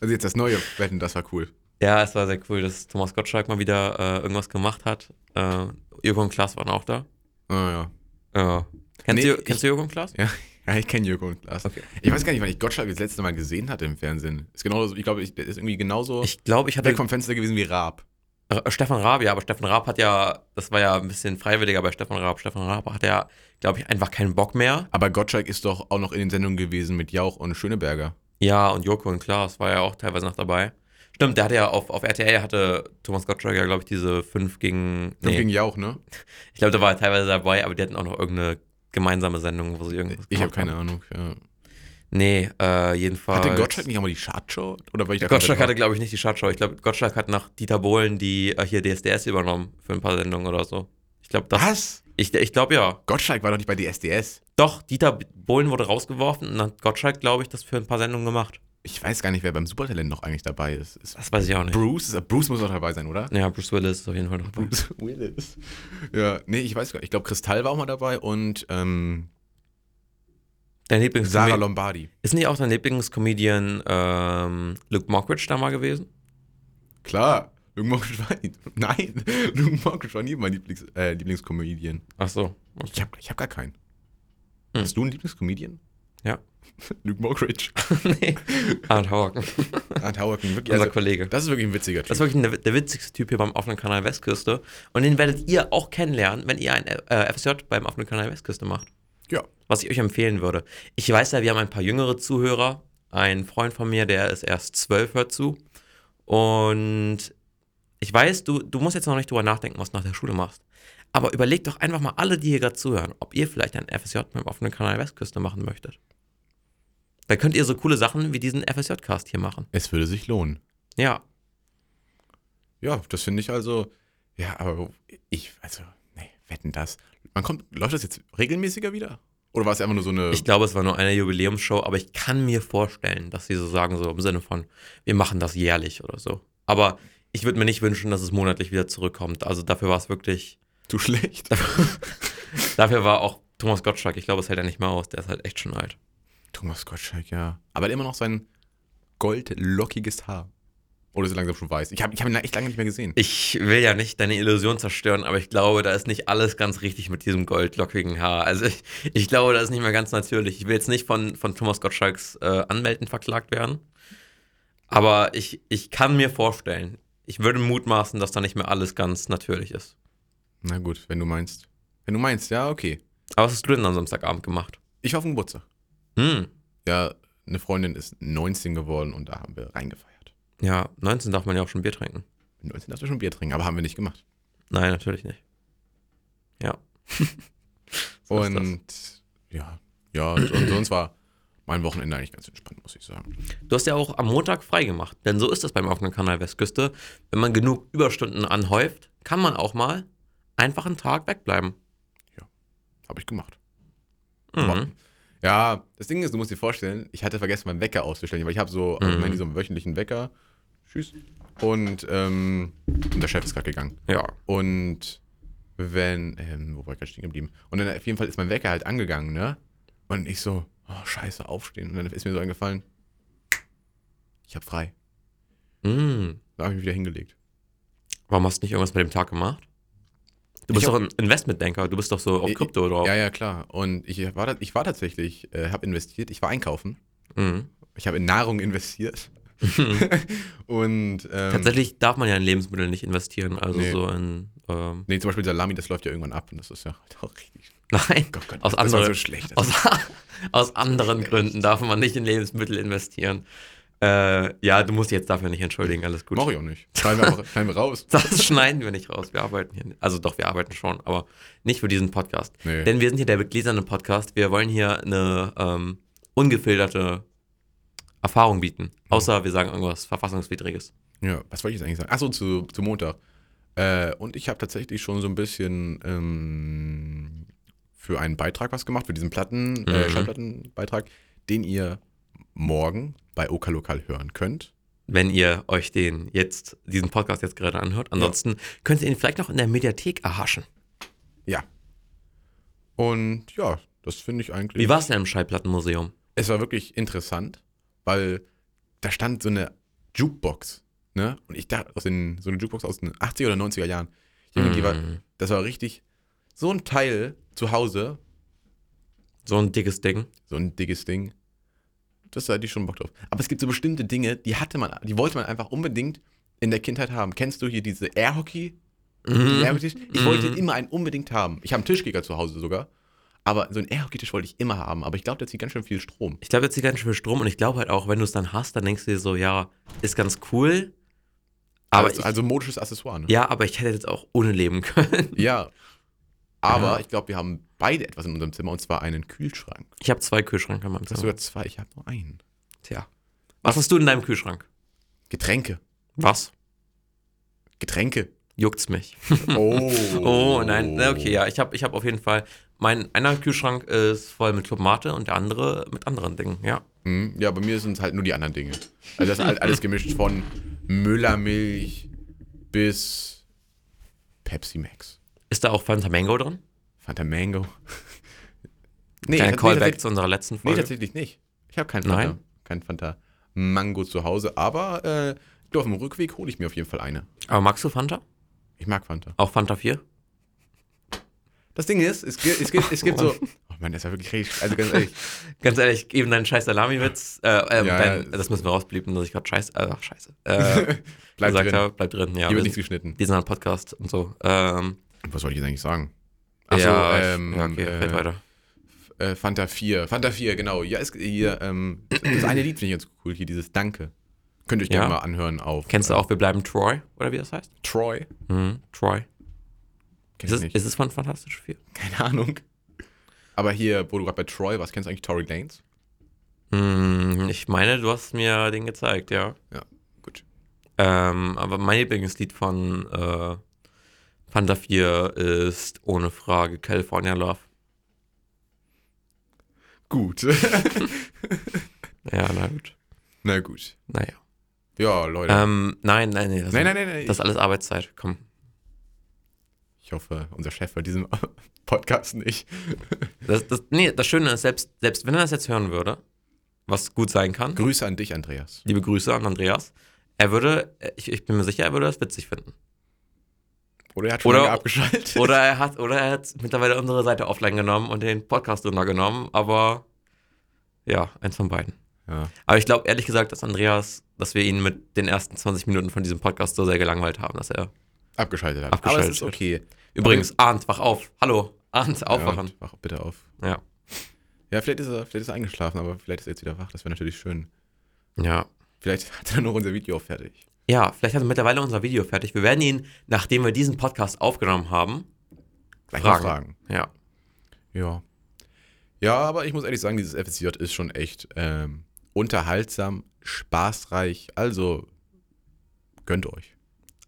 [SPEAKER 2] Also jetzt das neue Wetten, das war cool.
[SPEAKER 1] Ja, es war sehr cool, dass Thomas Gottschalk mal wieder äh, irgendwas gemacht hat. Äh, Jürgen und Klaas waren auch da.
[SPEAKER 2] Ah,
[SPEAKER 1] Ja. Kennst,
[SPEAKER 2] Nee,
[SPEAKER 1] du, kennst du Jürgen und Klaas?
[SPEAKER 2] ja. ja. Ja, ich kenne Jürgen und Lars.
[SPEAKER 1] Okay.
[SPEAKER 2] Ich weiß gar nicht, wann ich Gottschalk das letzte Mal gesehen hatte im Fernsehen. Ist genauso, ich glaube, ich, der ist irgendwie genauso
[SPEAKER 1] Ich glaube, ich hatte
[SPEAKER 2] weg vom Fenster gewesen wie Raab.
[SPEAKER 1] Äh, Stefan Raab, ja, aber Stefan Raab hat ja, das war ja ein bisschen freiwilliger bei Stefan Raab. Stefan Raab hat ja, glaube ich, einfach keinen Bock mehr.
[SPEAKER 2] Aber Gottschalk ist doch auch noch in den Sendungen gewesen mit Jauch und Schöneberger.
[SPEAKER 1] Ja, und Joko und Klaas war ja auch teilweise noch dabei. Stimmt, der hatte ja auf, auf RTL hatte Thomas Gottschalk ja, glaube ich, diese 5 gegen.
[SPEAKER 2] Fünf
[SPEAKER 1] Nee,
[SPEAKER 2] gegen Jauch, ne?
[SPEAKER 1] ich glaube, da war er teilweise dabei, aber die hatten auch noch irgendeine gemeinsame Sendung, wo sie irgendwas
[SPEAKER 2] Ich habe
[SPEAKER 1] gemacht haben.
[SPEAKER 2] keine Ahnung. Ja.
[SPEAKER 1] Nee, äh, jedenfalls.
[SPEAKER 2] Hatte Gottschalk nicht einmal die Chartshow? Oder war ich da
[SPEAKER 1] Gottschalk hatte,
[SPEAKER 2] komplett
[SPEAKER 1] glaube ich, nicht die Chartshow. Ich glaube, Gottschalk hat nach Dieter Bohlen die äh, hier DSDS übernommen für ein paar Sendungen oder so. Ich glaube,
[SPEAKER 2] raus?
[SPEAKER 1] das.
[SPEAKER 2] Was?
[SPEAKER 1] Ich, ich glaube ja.
[SPEAKER 2] Gottschalk war doch nicht bei DSDS.
[SPEAKER 1] Doch, Dieter Bohlen wurde rausgeworfen und dann hat Gottschalk, glaube ich, das für ein paar Sendungen gemacht.
[SPEAKER 2] Ich weiß gar nicht, wer beim Supertalent noch eigentlich dabei ist. ist
[SPEAKER 1] Das weiß ich auch nicht.
[SPEAKER 2] Bruce, ist, Bruce muss noch dabei sein, oder?
[SPEAKER 1] ja, Bruce Willis ist auf jeden Fall noch dabei. *laughs*
[SPEAKER 2] Bruce Willis. Ja, nee, ich weiß gar nicht. Ich glaube, Kristall war auch mal dabei und ähm,
[SPEAKER 1] Dein Lieblings
[SPEAKER 2] Sarah Lombardi.
[SPEAKER 1] Ist nicht auch dein Lieblingscomedian ähm, Luke Mockridge da mal gewesen?
[SPEAKER 2] Klar. Luke Mockridge war, *laughs* nein, Luke Mockridge war nie mein Lieblings, äh, Lieblingscomedian.
[SPEAKER 1] Ach so.
[SPEAKER 2] Ich habe ich hab gar keinen.
[SPEAKER 1] Hm.
[SPEAKER 2] Hast du einen Lieblingscomedian?
[SPEAKER 1] Ja.
[SPEAKER 2] *laughs* Luke
[SPEAKER 1] *laughs*
[SPEAKER 2] Mockridge.
[SPEAKER 1] *laughs* nee. Arndt Hauerken,
[SPEAKER 2] Art Howerton, wirklich.
[SPEAKER 1] unser
[SPEAKER 2] Also,
[SPEAKER 1] Kollege.
[SPEAKER 2] das ist wirklich ein witziger Typ.
[SPEAKER 1] Das ist wirklich der, der witzigste Typ hier beim offenen Kanal Westküste. Und den werdet ihr auch kennenlernen, wenn ihr ein äh, FSJ beim offenen Kanal Westküste macht.
[SPEAKER 2] ja.
[SPEAKER 1] was ich euch empfehlen würde. Ich weiß ja, wir haben ein paar jüngere Zuhörer. Ein Freund von mir, der ist erst zwölf, hört zu. Und ich weiß, du, du musst jetzt noch nicht drüber nachdenken, was du nach der Schule machst. Aber überleg doch einfach mal alle, die hier gerade zuhören, ob ihr vielleicht ein FSJ mit dem offenen Kanal Westküste machen möchtet. Da könnt ihr so coole Sachen wie diesen FSJ-Cast hier machen.
[SPEAKER 2] Es würde sich lohnen.
[SPEAKER 1] Ja,
[SPEAKER 2] Ja, das finde ich also. Ja, aber ich, also, nee, wetten das. Man kommt, läuft das jetzt regelmäßiger wieder? Oder war es einfach nur so eine.
[SPEAKER 1] Ich glaube, es war nur eine Jubiläumsshow, aber ich kann mir vorstellen, dass sie so sagen, so im Sinne von, wir machen das jährlich oder so. Aber ich würde mir nicht wünschen, dass es monatlich wieder zurückkommt. Also dafür war es wirklich,
[SPEAKER 2] zu
[SPEAKER 1] *laughs*
[SPEAKER 2] schlecht?
[SPEAKER 1] dafür war auch Thomas Gottschalk, ich glaube, es hält er nicht mehr aus, der ist halt echt schon alt.
[SPEAKER 2] Thomas Gottschalk, ja. Aber immer noch sein goldlockiges Haar. Oder ist er langsam schon weiß? Ich habe ich hab ihn echt lange nicht mehr gesehen.
[SPEAKER 1] Ich will ja nicht deine Illusion zerstören, aber ich glaube, da ist nicht alles ganz richtig mit diesem goldlockigen Haar. Also ich, ich glaube, das ist nicht mehr ganz natürlich. Ich will jetzt nicht von, von Thomas Gottschalks äh, Anwälten verklagt werden. Aber ich, ich kann mir vorstellen, ich würde mutmaßen, dass da nicht mehr alles ganz natürlich ist.
[SPEAKER 2] Na gut, wenn du meinst. Wenn du meinst, ja, okay.
[SPEAKER 1] Aber was hast du denn am Samstagabend gemacht?
[SPEAKER 2] Ich war auf dem Geburtstag.
[SPEAKER 1] Hm,
[SPEAKER 2] Ja, eine Freundin ist 19 geworden und da haben wir reingefeiert.
[SPEAKER 1] ja, 19 darf man ja auch schon Bier trinken.
[SPEAKER 2] Mit 19 darfst du schon Bier trinken, aber haben wir nicht gemacht.
[SPEAKER 1] Nein, natürlich nicht. Ja. *laughs* So ist das.
[SPEAKER 2] Und ja, ja, und sonst war mein Wochenende eigentlich ganz entspannt, muss ich sagen.
[SPEAKER 1] Du hast ja auch am Montag frei gemacht, denn so ist das beim offenen Kanal Westküste. Wenn man genug Überstunden anhäuft, kann man auch mal einfach einen Tag wegbleiben.
[SPEAKER 2] Habe ich gemacht. Aber-
[SPEAKER 1] Mhm.
[SPEAKER 2] Ja, das Ding ist, du musst dir vorstellen, ich hatte vergessen, meinen Wecker auszustellen, weil ich habe so auf
[SPEAKER 1] Mhm.
[SPEAKER 2] meinem Handy so einen wöchentlichen Wecker. Tschüss. Und, ähm, und der Chef ist gerade gegangen.
[SPEAKER 1] Ja.
[SPEAKER 2] Und wenn, ähm, wo war ich gerade stehen geblieben? Und dann auf jeden Fall ist mein Wecker halt angegangen, ne? Und ich so, oh, scheiße, aufstehen. Und dann ist mir so eingefallen, ich habe frei.
[SPEAKER 1] Mhm.
[SPEAKER 2] Da habe ich mich wieder hingelegt.
[SPEAKER 1] Warum hast du nicht irgendwas mit dem Tag gemacht? Du bist
[SPEAKER 2] Ich hab-
[SPEAKER 1] doch ein Investmentbanker, du bist doch so auf
[SPEAKER 2] Ich-
[SPEAKER 1] Krypto drauf.
[SPEAKER 2] Ja, ja, klar. Und ich war, da- ich war tatsächlich, äh, habe investiert, ich war einkaufen.
[SPEAKER 1] Mhm.
[SPEAKER 2] Ich habe in
[SPEAKER 1] *laughs*
[SPEAKER 2] Nahrung investiert. *laughs* Und ähm,
[SPEAKER 1] Tatsächlich darf man ja in Lebensmittel nicht investieren, also
[SPEAKER 2] Nee.
[SPEAKER 1] so in. Ähm, *laughs*
[SPEAKER 2] Nee, zum Beispiel Salami, das läuft ja irgendwann ab und das ist ja *laughs* halt auch richtig.
[SPEAKER 1] nein,
[SPEAKER 2] Gott, Gott,
[SPEAKER 1] Aus
[SPEAKER 2] das war
[SPEAKER 1] anderen-
[SPEAKER 2] so schlecht. Das
[SPEAKER 1] aus, aus anderen Gründen darf man nicht in Lebensmittel investieren. Äh, ja, du musst dich jetzt dafür nicht entschuldigen, alles gut.
[SPEAKER 2] Mach ich
[SPEAKER 1] *laughs*
[SPEAKER 2] auch nicht. Schneiden wir, einfach, schneiden wir raus.
[SPEAKER 1] Das *laughs* schneiden wir nicht raus. Wir arbeiten hier. nicht. Also doch, wir arbeiten schon, aber nicht für diesen Podcast.
[SPEAKER 2] Nee.
[SPEAKER 1] Denn wir sind hier der gläserne Podcast. Wir wollen hier eine ähm, ungefilterte Erfahrung
[SPEAKER 2] Mhm.
[SPEAKER 1] bieten. Außer wir sagen irgendwas Verfassungswidriges.
[SPEAKER 2] Ja, was wollte ich jetzt eigentlich sagen? Achso, zu, zu Montag. Äh, und ich habe tatsächlich schon so ein bisschen ähm, für einen Beitrag was gemacht, für diesen Platten, äh,
[SPEAKER 1] Mhm.
[SPEAKER 2] Schallplattenbeitrag, den ihr morgen bei Oka Lokal hören könnt.
[SPEAKER 1] Wenn ihr euch den jetzt, diesen Podcast jetzt gerade anhört. Ansonsten könnt ihr ihn vielleicht noch in der Mediathek erhaschen.
[SPEAKER 2] Ja. Und ja, das finde ich eigentlich.
[SPEAKER 1] Wie war es denn im Schallplattenmuseum?
[SPEAKER 2] Es war wirklich interessant, weil da stand so eine Jukebox, ne? Und ich dachte, aus den, so eine Jukebox aus den 80er oder 90er Jahren. Junge, die war,
[SPEAKER 1] Mhm.
[SPEAKER 2] das war richtig so ein Teil zu Hause,
[SPEAKER 1] So ein dickes Ding.
[SPEAKER 2] so ein dickes Ding. Das hatte ich schon Bock drauf. Aber es gibt so bestimmte Dinge, die hatte man, die wollte man einfach unbedingt in der Kindheit haben. Kennst du hier diese Air Hockey? diesen Air
[SPEAKER 1] Mhm.
[SPEAKER 2] Hockey-Tisch? Ich wollte
[SPEAKER 1] Mhm.
[SPEAKER 2] immer einen unbedingt haben. Ich habe einen Tischkicker zu Hause sogar. Aber so einen Air Hockey-Tisch wollte ich immer haben. Aber ich glaube, der zieht ganz schön viel Strom.
[SPEAKER 1] Ich glaube, jetzt zieht ganz schön viel Strom und ich glaube halt auch, wenn du es dann hast, dann denkst du dir so, ja, ist ganz cool. Aber
[SPEAKER 2] also,
[SPEAKER 1] ich,
[SPEAKER 2] also modisches Accessoire, ne?
[SPEAKER 1] Ja, aber ich hätte jetzt auch ohne leben können. *laughs*
[SPEAKER 2] Ja. Aber
[SPEAKER 1] Ja.
[SPEAKER 2] ich glaube, wir haben beide etwas in unserem Zimmer und zwar einen Kühlschrank.
[SPEAKER 1] Ich habe zwei Kühlschränke in meinem
[SPEAKER 2] Du hast
[SPEAKER 1] Zimmer.
[SPEAKER 2] sogar zwei, ich habe nur einen.
[SPEAKER 1] Tja. Was hast du in deinem Kühlschrank?
[SPEAKER 2] Getränke.
[SPEAKER 1] Was? *laughs*
[SPEAKER 2] Getränke.
[SPEAKER 1] Juckt's mich.
[SPEAKER 2] Oh.
[SPEAKER 1] Oh, nein. Na, Okay, ja, ich habe ich hab auf jeden Fall. Mein einer Kühlschrank ist voll mit Club Mate und der andere mit anderen Dingen, ja.
[SPEAKER 2] Hm, ja, bei mir sind es halt nur die anderen Dinge. Also das ist halt alles gemischt von Müllermilch bis Pepsi Max.
[SPEAKER 1] Ist da auch Fanta Mango drin?
[SPEAKER 2] Fanta Mango. *laughs*
[SPEAKER 1] Nee, Kleiner Callback
[SPEAKER 2] tats- tatsächlich-
[SPEAKER 1] zu unserer letzten
[SPEAKER 2] nee,
[SPEAKER 1] Folge.
[SPEAKER 2] tatsächlich nicht. Ich habe keinen Fanta.
[SPEAKER 1] Nein?
[SPEAKER 2] Kein Fanta Mango zu Hause, aber äh, ich glaub, auf dem Rückweg hole ich mir auf jeden Fall eine.
[SPEAKER 1] aber magst du Fanta?
[SPEAKER 2] Ich mag Fanta.
[SPEAKER 1] Auch Fanta 4?
[SPEAKER 2] Das Ding ist, es gibt, es gibt, es gibt so. Oh Mann, das war wirklich richtig. Also ganz ehrlich,
[SPEAKER 1] Ganz ehrlich, eben deinen scheiß Salami-Witz. Äh, äh,
[SPEAKER 2] Ja,
[SPEAKER 1] dein,
[SPEAKER 2] ja.
[SPEAKER 1] das müssen wir rausblieben, dass ich gerade scheiß, äh,
[SPEAKER 2] *laughs*
[SPEAKER 1] scheiße. Äh,
[SPEAKER 2] bleib
[SPEAKER 1] gesagt
[SPEAKER 2] drin.
[SPEAKER 1] habe, bleib drin, ja.
[SPEAKER 2] Hier
[SPEAKER 1] Wir
[SPEAKER 2] wird nichts
[SPEAKER 1] sind,
[SPEAKER 2] geschnitten.
[SPEAKER 1] wir sind ein Podcast und so. Ähm,
[SPEAKER 2] Was wollte ich jetzt eigentlich sagen?
[SPEAKER 1] Ach
[SPEAKER 2] Ach so,
[SPEAKER 1] ja,
[SPEAKER 2] ähm,
[SPEAKER 1] ja, okay, red
[SPEAKER 2] äh,
[SPEAKER 1] weiter.
[SPEAKER 2] äh, Fanta 4. Fanta 4, genau. Ja, ist hier, ähm, das eine Lied finde ich ganz cool, hier dieses Danke. Könnt ihr euch
[SPEAKER 1] Ja.
[SPEAKER 2] gerne mal anhören auf.
[SPEAKER 1] Kennst du auch Wir bleiben Troy, oder wie das heißt?
[SPEAKER 2] äh, Troy?
[SPEAKER 1] Mhm, Troy.
[SPEAKER 2] Kenn
[SPEAKER 1] Ist
[SPEAKER 2] ich
[SPEAKER 1] es,
[SPEAKER 2] nicht.
[SPEAKER 1] ist es von Fantastisch 4?
[SPEAKER 2] Keine Ahnung. Aber hier, wo du gerade bei Troy warst, kennst du eigentlich Tory Lanes?
[SPEAKER 1] Mhm, ich meine, du hast mir den gezeigt, ja.
[SPEAKER 2] Ja, gut.
[SPEAKER 1] Ähm, aber mein Lieblingslied von äh, Panda 4 ist ohne Frage California Love.
[SPEAKER 2] Gut.
[SPEAKER 1] Ja, na gut.
[SPEAKER 2] Na gut.
[SPEAKER 1] Naja.
[SPEAKER 2] Ja, Leute.
[SPEAKER 1] Ähm, nein, nein, nee, das,
[SPEAKER 2] nein, nein, nein, nein.
[SPEAKER 1] das ist alles Arbeitszeit. Komm.
[SPEAKER 2] ich hoffe, unser Chef bei diesem Podcast nicht.
[SPEAKER 1] Das, das, nee, das Schöne ist, selbst, selbst wenn er das jetzt hören würde, was gut sein kann,
[SPEAKER 2] Grüße an dich, Andreas.
[SPEAKER 1] liebe Grüße an Andreas, er würde, äh, ich, ich bin mir sicher, er würde das witzig finden.
[SPEAKER 2] Oder er hat schon
[SPEAKER 1] Oder-
[SPEAKER 2] lange abgeschaltet.
[SPEAKER 1] Oder er hat, oder er hat mittlerweile unsere Seite offline genommen und den Podcast runtergenommen, aber ja, eins von beiden.
[SPEAKER 2] ja.
[SPEAKER 1] Aber ich glaube ehrlich gesagt, dass Andreas, dass wir ihn mit den ersten 20 Minuten von diesem Podcast so sehr gelangweilt haben, dass er.
[SPEAKER 2] Abgeschaltet hat.
[SPEAKER 1] Abgeschaltet.
[SPEAKER 2] Aber es ist okay.
[SPEAKER 1] Übrigens, Arndt, wach auf. Hallo, Arndt, aufwachen.
[SPEAKER 2] Ja, wach bitte auf.
[SPEAKER 1] Ja.
[SPEAKER 2] Ja, vielleicht ist, er, vielleicht ist er eingeschlafen, aber vielleicht ist er jetzt wieder wach. Das wäre natürlich schön.
[SPEAKER 1] Ja.
[SPEAKER 2] Vielleicht *laughs* hat er noch unser Video fertig.
[SPEAKER 1] Ja, vielleicht hat er mittlerweile unser Video fertig. Wir werden ihn, nachdem wir diesen Podcast aufgenommen haben,
[SPEAKER 2] Gleich
[SPEAKER 1] fragen.
[SPEAKER 2] mal fragen.
[SPEAKER 1] Ja.
[SPEAKER 2] Ja. Ja, aber ich muss ehrlich sagen, dieses FSJ ist schon echt ähm, unterhaltsam, spaßreich. Also gönnt euch.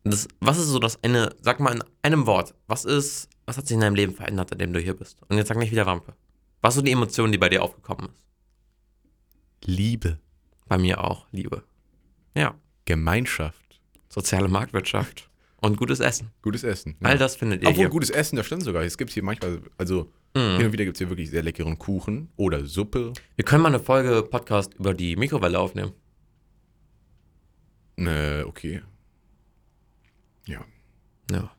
[SPEAKER 1] Das, was ist so das eine, sag mal in einem Wort, was ist, was hat sich in deinem Leben verändert, seitdem du hier bist? Und jetzt sag nicht wieder Wampe. Was ist so die Emotion, die bei dir aufgekommen ist?
[SPEAKER 2] Liebe,
[SPEAKER 1] Bei mir auch, Liebe. Ja.
[SPEAKER 2] Gemeinschaft,
[SPEAKER 1] Soziale Marktwirtschaft und gutes Essen.
[SPEAKER 2] gutes Essen.
[SPEAKER 1] All das findet ihr
[SPEAKER 2] Obwohl
[SPEAKER 1] hier.
[SPEAKER 2] gutes Essen, das stimmt sogar. Es gibt hier manchmal, also hin
[SPEAKER 1] Mhm.
[SPEAKER 2] und wieder gibt es hier wirklich sehr leckeren Kuchen oder Suppe.
[SPEAKER 1] Wir können mal eine Folge Podcast über die Mikrowelle aufnehmen.
[SPEAKER 2] Äh, okay. Ja.
[SPEAKER 1] Ja.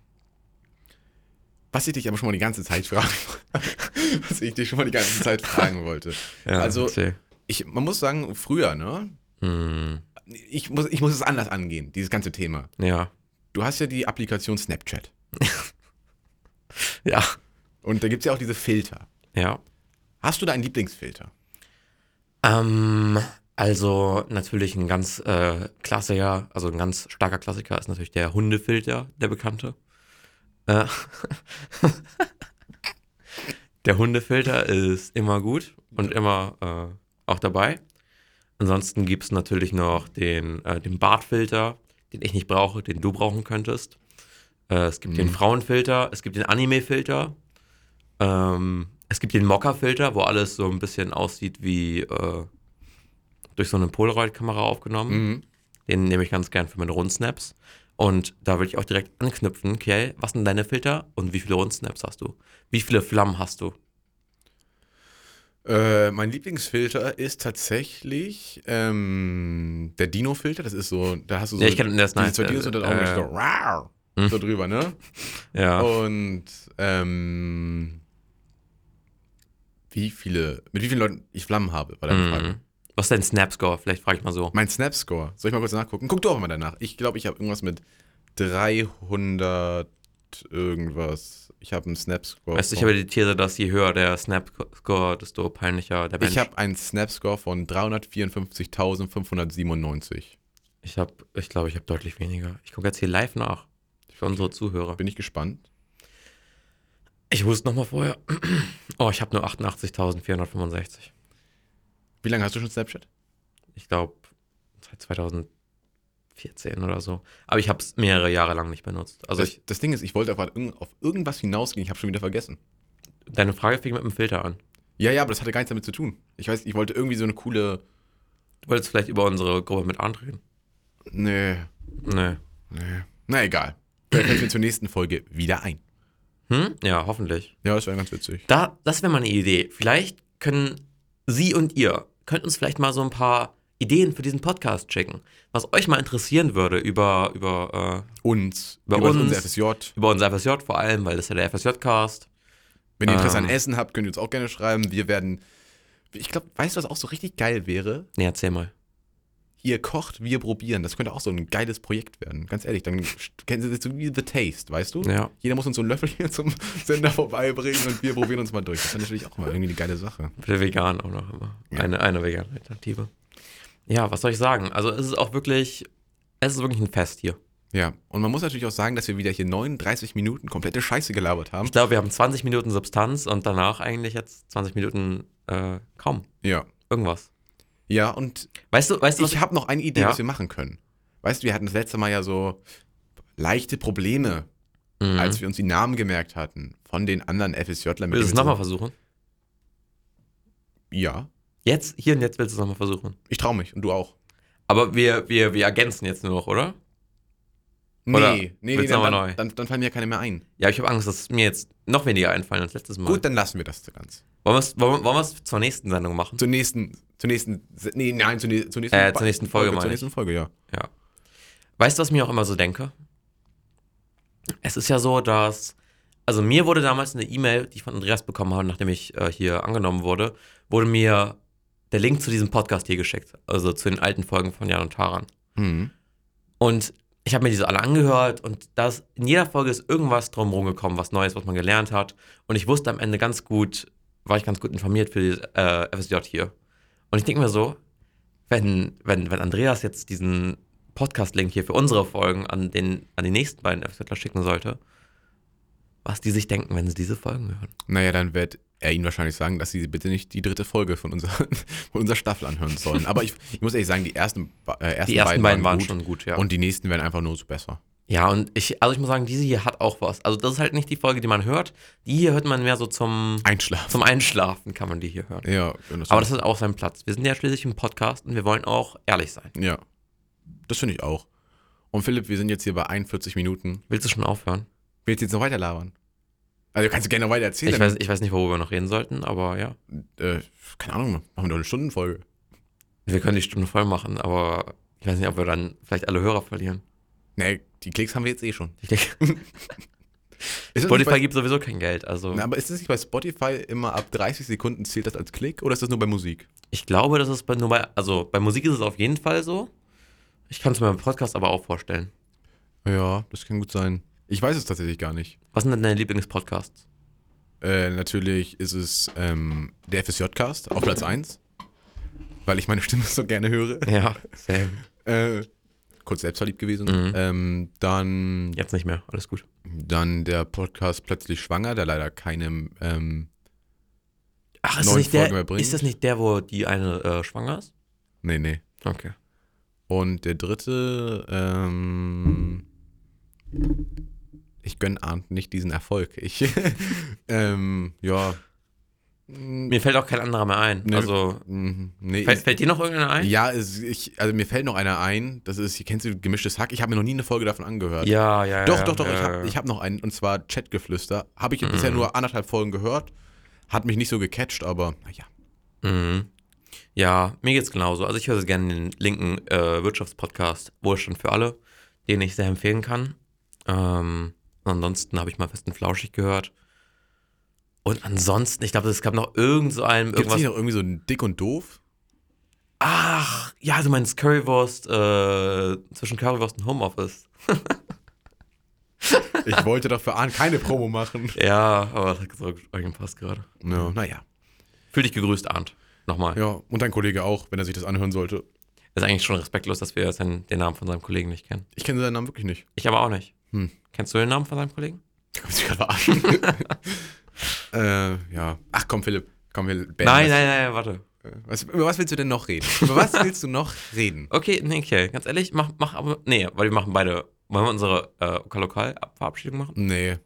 [SPEAKER 2] Was ich dich aber schon mal die ganze Zeit fragen *laughs* Was ich dich schon mal die ganze Zeit fragen wollte. Also-
[SPEAKER 1] erzähl.
[SPEAKER 2] Ich, man muss sagen, früher, ne?
[SPEAKER 1] Mhm.
[SPEAKER 2] Ich muss, ich muss es anders angehen, dieses ganze Thema.
[SPEAKER 1] Ja.
[SPEAKER 2] Du hast ja die Applikation Snapchat.
[SPEAKER 1] Ja.
[SPEAKER 2] Und da gibt es ja auch diese Filter.
[SPEAKER 1] Ja.
[SPEAKER 2] Hast du da einen Lieblingsfilter?
[SPEAKER 1] Ähm, also natürlich ein ganz äh, Klassiker, also ein ganz starker Klassiker ist natürlich der Hundefilter, der bekannte. Äh, der Hundefilter ist immer gut und immer äh, auch dabei. Ansonsten gibt es natürlich noch den, äh, den Bartfilter, den ich nicht brauche, den du brauchen könntest. Äh, es gibt den
[SPEAKER 2] Mhm.
[SPEAKER 1] Frauenfilter, es gibt den Anime-Filter, ähm, es gibt den Mocker-Filter, wo alles so ein bisschen aussieht wie äh, durch so eine Polaroid-Kamera aufgenommen.
[SPEAKER 2] Mhm.
[SPEAKER 1] Den nehme ich ganz gern für meine Rundsnaps. Und da würde ich auch direkt anknüpfen, Kiel, was sind deine Filter und wie viele Rundsnaps hast du? Wie viele Flammen hast du?
[SPEAKER 2] Äh, mein Lieblingsfilter ist tatsächlich ähm, der Dino-Filter. Das ist so, da hast du so.
[SPEAKER 1] Ja, ich kenne- der ist
[SPEAKER 2] diese
[SPEAKER 1] nice. Mhm.
[SPEAKER 2] zwei Dinos und dann auch
[SPEAKER 1] Äh,
[SPEAKER 2] äh, so, rar, so drüber, ne?
[SPEAKER 1] Ja.
[SPEAKER 2] Und ähm, wie viele, mit wie vielen Leuten ich Flammen habe, war deine Frage.
[SPEAKER 1] Mhm. Was ist dein Snapscore? Vielleicht frage ich mal so.
[SPEAKER 2] Mein Snap-Score, soll ich mal kurz nachgucken? Guck du auch mal danach. Ich glaube, ich habe irgendwas mit 300 irgendwas. Ich habe einen Snap-Score.
[SPEAKER 1] Weißt du, ich
[SPEAKER 2] von-
[SPEAKER 1] habe die These, dass je höher der Snapscore, desto peinlicher der Mensch.
[SPEAKER 2] ich habe einen Snap-Score von 354.597.
[SPEAKER 1] ich, hab, ich glaube, ich habe deutlich weniger. Ich gucke jetzt hier live nach. Für unsere Zuhörer.
[SPEAKER 2] Bin ich gespannt.
[SPEAKER 1] Ich wusste nochmal vorher. *clears throat* Oh, ich habe nur 88.465.
[SPEAKER 2] Wie lange hast du schon Snapchat?
[SPEAKER 1] Ich glaube, seit 2014 oder so. Aber ich habe es mehrere Jahre lang nicht benutzt. Also,
[SPEAKER 2] das,
[SPEAKER 1] ich,
[SPEAKER 2] das Ding ist, ich wollte auf, auf irgendwas hinausgehen, ich habe schon wieder vergessen.
[SPEAKER 1] deine Frage fing mit dem Filter an.
[SPEAKER 2] Ja, ja, aber das hatte gar nichts damit zu tun. Ich weiß, ich wollte irgendwie so eine coole.
[SPEAKER 1] Du wolltest vielleicht über unsere Gruppe mit antreten?
[SPEAKER 2] Nee,
[SPEAKER 1] Nee.
[SPEAKER 2] nee. ne, Na egal. Vielleicht fällt mir zur nächsten Folge wieder ein.
[SPEAKER 1] Hm? Ja, hoffentlich.
[SPEAKER 2] Ja, das wäre ganz witzig.
[SPEAKER 1] Da, das wäre mal eine Idee. Vielleicht können Sie und ihr, könnt uns vielleicht mal so ein paar Ideen für diesen Podcast schicken. Was euch mal interessieren würde über, über, äh,
[SPEAKER 2] Uns,
[SPEAKER 1] Bei
[SPEAKER 2] über
[SPEAKER 1] uns.
[SPEAKER 2] unser FSJ.
[SPEAKER 1] über unser FSJ vor allem, weil das ist ja der FSJ-Cast.
[SPEAKER 2] Wenn ihr Interesse
[SPEAKER 1] Ähm.
[SPEAKER 2] an Essen habt, könnt ihr uns auch gerne schreiben. Wir werden. Ich glaube, weißt du, was auch so richtig geil wäre?
[SPEAKER 1] Nee, erzähl mal.
[SPEAKER 2] Ihr kocht, wir probieren. Das könnte auch so ein geiles Projekt werden. Ganz ehrlich, dann kennen Sie das so wie The Taste, weißt du?
[SPEAKER 1] Ja.
[SPEAKER 2] Jeder muss uns so einen Löffel *laughs* hier zum Sender vorbeibringen und wir probieren uns mal durch. Das ist natürlich auch mal irgendwie eine geile Sache.
[SPEAKER 1] Bitte vegan auch noch immer.
[SPEAKER 2] Ja.
[SPEAKER 1] Eine, eine vegane Alternative. Ja, was soll ich sagen? Also es ist auch wirklich, es ist wirklich ein Fest hier.
[SPEAKER 2] Ja, und man muss natürlich auch sagen, dass wir wieder hier 39 Minuten komplette Scheiße gelabert haben.
[SPEAKER 1] Ich glaube, wir haben 20 Minuten Substanz und danach eigentlich jetzt 20 Minuten äh, kaum
[SPEAKER 2] Ja.
[SPEAKER 1] irgendwas.
[SPEAKER 2] Ja, und
[SPEAKER 1] Weißt du, weißt du, was
[SPEAKER 2] ich habe noch eine Idee,
[SPEAKER 1] Also Ja.
[SPEAKER 2] was wir machen können. Weißt du, wir hatten das letzte Mal ja so leichte Probleme,
[SPEAKER 1] Mhm.
[SPEAKER 2] als wir uns die Namen gemerkt hatten von den anderen FSJlern. mit
[SPEAKER 1] Willst du es
[SPEAKER 2] denen wir
[SPEAKER 1] nochmal
[SPEAKER 2] so-
[SPEAKER 1] versuchen?
[SPEAKER 2] Ja,
[SPEAKER 1] Jetzt, hier und jetzt willst du es nochmal versuchen.
[SPEAKER 2] ich traue mich und du auch.
[SPEAKER 1] Aber wir, wir, wir ergänzen jetzt nur noch, oder? Oder
[SPEAKER 2] nee, nee, nee
[SPEAKER 1] willst du
[SPEAKER 2] dann,
[SPEAKER 1] nochmal
[SPEAKER 2] dann,
[SPEAKER 1] neu?
[SPEAKER 2] dann, dann fallen mir ja keine mehr ein.
[SPEAKER 1] Ja, ich habe Angst, dass es mir jetzt noch weniger einfallen als letztes Mal.
[SPEAKER 2] Gut, dann lassen wir das ganz.
[SPEAKER 1] Wollen wir es wollen, wir- wollen wir's zur nächsten Sendung machen?
[SPEAKER 2] Zur nächsten, zur nächsten, nee, nein, zur, nä- zur nächsten,
[SPEAKER 1] Äh, zur nächsten Folge, meine
[SPEAKER 2] Zur
[SPEAKER 1] ich.
[SPEAKER 2] nächsten Folge, ja.
[SPEAKER 1] Ja. Weißt du, was ich mir auch immer so denke? Es ist ja so, dass. Also, mir wurde damals eine E-Mail, die ich von Andreas bekommen habe, nachdem ich äh, hier angenommen wurde, wurde mir der Link zu diesem Podcast hier geschickt. Also zu den alten Folgen von Jan und Taran.
[SPEAKER 2] Mhm.
[SPEAKER 1] Und ich habe mir diese alle angehört und das, in jeder Folge ist irgendwas drum rumgekommen, was Neues, was man gelernt hat. Und ich wusste am Ende ganz gut, war ich ganz gut informiert für dieses äh, FSJ hier. Und ich denke mir so, wenn, wenn, wenn Andreas jetzt diesen Podcast-Link hier für unsere Folgen an, den, an die nächsten beiden FSJler schicken sollte, was die sich denken, wenn sie diese Folgen hören.
[SPEAKER 2] Naja, dann wird er ihnen wahrscheinlich sagen, dass sie bitte nicht die dritte Folge von unserer, *laughs* von unserer Staffel anhören sollen. Aber ich, ich muss ehrlich sagen, die ersten, ba- äh, ersten,
[SPEAKER 1] Die ersten beiden waren
[SPEAKER 2] gut
[SPEAKER 1] schon gut, ja.
[SPEAKER 2] und die nächsten werden einfach nur so besser.
[SPEAKER 1] Ja, und ich, also ich muss sagen, diese hier hat auch was. Also das ist halt nicht die Folge, die man hört. Die hier hört man mehr so zum,
[SPEAKER 2] Einschlafen.
[SPEAKER 1] zum Einschlafen, kann man die hier hören.
[SPEAKER 2] Ja,
[SPEAKER 1] Aber das hat auch seinen Platz. Wir sind ja schließlich ein Podcast und wir wollen auch ehrlich sein.
[SPEAKER 2] ja, das finde ich auch. Und Philipp, wir sind jetzt hier bei 41 Minuten.
[SPEAKER 1] Willst du schon aufhören?
[SPEAKER 2] Willst du jetzt noch weiter labern? Also du kannst gerne noch weiter erzählen.
[SPEAKER 1] Ich weiß, ich weiß nicht, worüber wir noch reden sollten, aber ja.
[SPEAKER 2] äh, keine Ahnung, machen wir doch eine Stundenfolge.
[SPEAKER 1] Wir können die Stunde voll machen, aber ich weiß nicht, ob wir dann vielleicht alle Hörer verlieren.
[SPEAKER 2] Nee, die Klicks haben wir jetzt eh schon.
[SPEAKER 1] Ich *laughs* denke,
[SPEAKER 2] Ist das
[SPEAKER 1] Spotify
[SPEAKER 2] nicht
[SPEAKER 1] gibt sowieso kein Geld. Also
[SPEAKER 2] bei, Na, aber ist das nicht bei Spotify immer ab 30 Sekunden zählt das als Klick oder ist das nur bei Musik?
[SPEAKER 1] ich glaube, das ist bei, nur bei, also bei Musik ist es auf jeden Fall so. Ich kann es mir beim Podcast aber auch vorstellen.
[SPEAKER 2] Ja, das kann gut sein. Ich weiß es tatsächlich gar nicht.
[SPEAKER 1] Was sind denn deine Lieblingspodcasts?
[SPEAKER 2] Äh, natürlich ist es ähm, der FSJ-Cast auf *laughs* Platz 1, weil ich meine Stimme so gerne höre.
[SPEAKER 1] Ja, same.
[SPEAKER 2] Äh, kurz selbstverliebt gewesen.
[SPEAKER 1] Mhm.
[SPEAKER 2] Ähm, dann,
[SPEAKER 1] Jetzt nicht mehr, alles gut.
[SPEAKER 2] dann der Podcast Plötzlich Schwanger, der leider keinem. Ähm,
[SPEAKER 1] Ach,
[SPEAKER 2] Neun Folgen mehr
[SPEAKER 1] der,
[SPEAKER 2] bringen.
[SPEAKER 1] ist das nicht der, wo die eine äh, schwanger ist?
[SPEAKER 2] nee, nee.
[SPEAKER 1] Okay.
[SPEAKER 2] Und der dritte, ähm, ich gönn Arndt nicht diesen Erfolg. Ich, *laughs* ähm, ja. Mm,
[SPEAKER 1] Mir fällt auch kein anderer mehr ein.
[SPEAKER 2] Nö.
[SPEAKER 1] Also,
[SPEAKER 2] mm, Nee,
[SPEAKER 1] fällt,
[SPEAKER 2] ist-
[SPEAKER 1] fällt dir noch irgendeiner ein?
[SPEAKER 2] ja, es, ich, also mir fällt noch einer ein. Das ist, kennst du gemischtes Hack? Ich habe mir noch nie eine Folge davon angehört.
[SPEAKER 1] Ja, ja,
[SPEAKER 2] Doch,
[SPEAKER 1] ja, Äh,
[SPEAKER 2] doch, doch,
[SPEAKER 1] ja,
[SPEAKER 2] ich
[SPEAKER 1] ja. Mhm.
[SPEAKER 2] habe ich hab noch einen, und zwar Chatgeflüster. Habe ich bisher nur anderthalb Folgen gehört. Hat mich nicht so gecatcht, aber naja.
[SPEAKER 1] Mhm. Ja, mir geht's genauso. Also ich höre sehr gerne den linken äh, Wirtschaftspodcast Wohlstand für alle, den ich sehr empfehlen kann. Ähm, ansonsten habe ich mal fest und flauschig gehört. Und ansonsten, ich glaube, es gab noch irgend so einem
[SPEAKER 2] Gibt es
[SPEAKER 1] irgendwas.
[SPEAKER 2] nicht noch irgendwie so ein dick und doof?
[SPEAKER 1] Ach, ja, du meinst Currywurst, äh, zwischen Currywurst und Homeoffice.
[SPEAKER 2] Ich wollte doch für Arndt keine Promo machen.
[SPEAKER 1] Ja, aber das hat so gepasst gerade.
[SPEAKER 2] Ja, naja.
[SPEAKER 1] Fühl dich gegrüßt, Arndt. Nochmal.
[SPEAKER 2] Ja, und dein Kollege auch, wenn er sich das anhören sollte.
[SPEAKER 1] Ist eigentlich schon respektlos, dass wir seinen, den Namen von seinem Kollegen nicht kennen.
[SPEAKER 2] Ich kenne seinen Namen wirklich nicht. *laughs*
[SPEAKER 1] Ich aber auch nicht.
[SPEAKER 2] Hm.
[SPEAKER 1] Kennst du den Namen von seinem Kollegen?
[SPEAKER 2] Du kannst mich gerade verarschen. *laughs* äh, ja. Ach komm, Philipp. Komm, wir beenden
[SPEAKER 1] Nein, nein, nein, warte.
[SPEAKER 2] das. Äh, Was, über was willst du denn noch reden? Über was willst du noch reden?
[SPEAKER 1] Okay, nee, okay. Ganz ehrlich, mach, mach aber. *laughs* Nee, weil wir machen beide. Wollen wir unsere äh, Lokal-Verabschiedung machen?
[SPEAKER 2] Nee.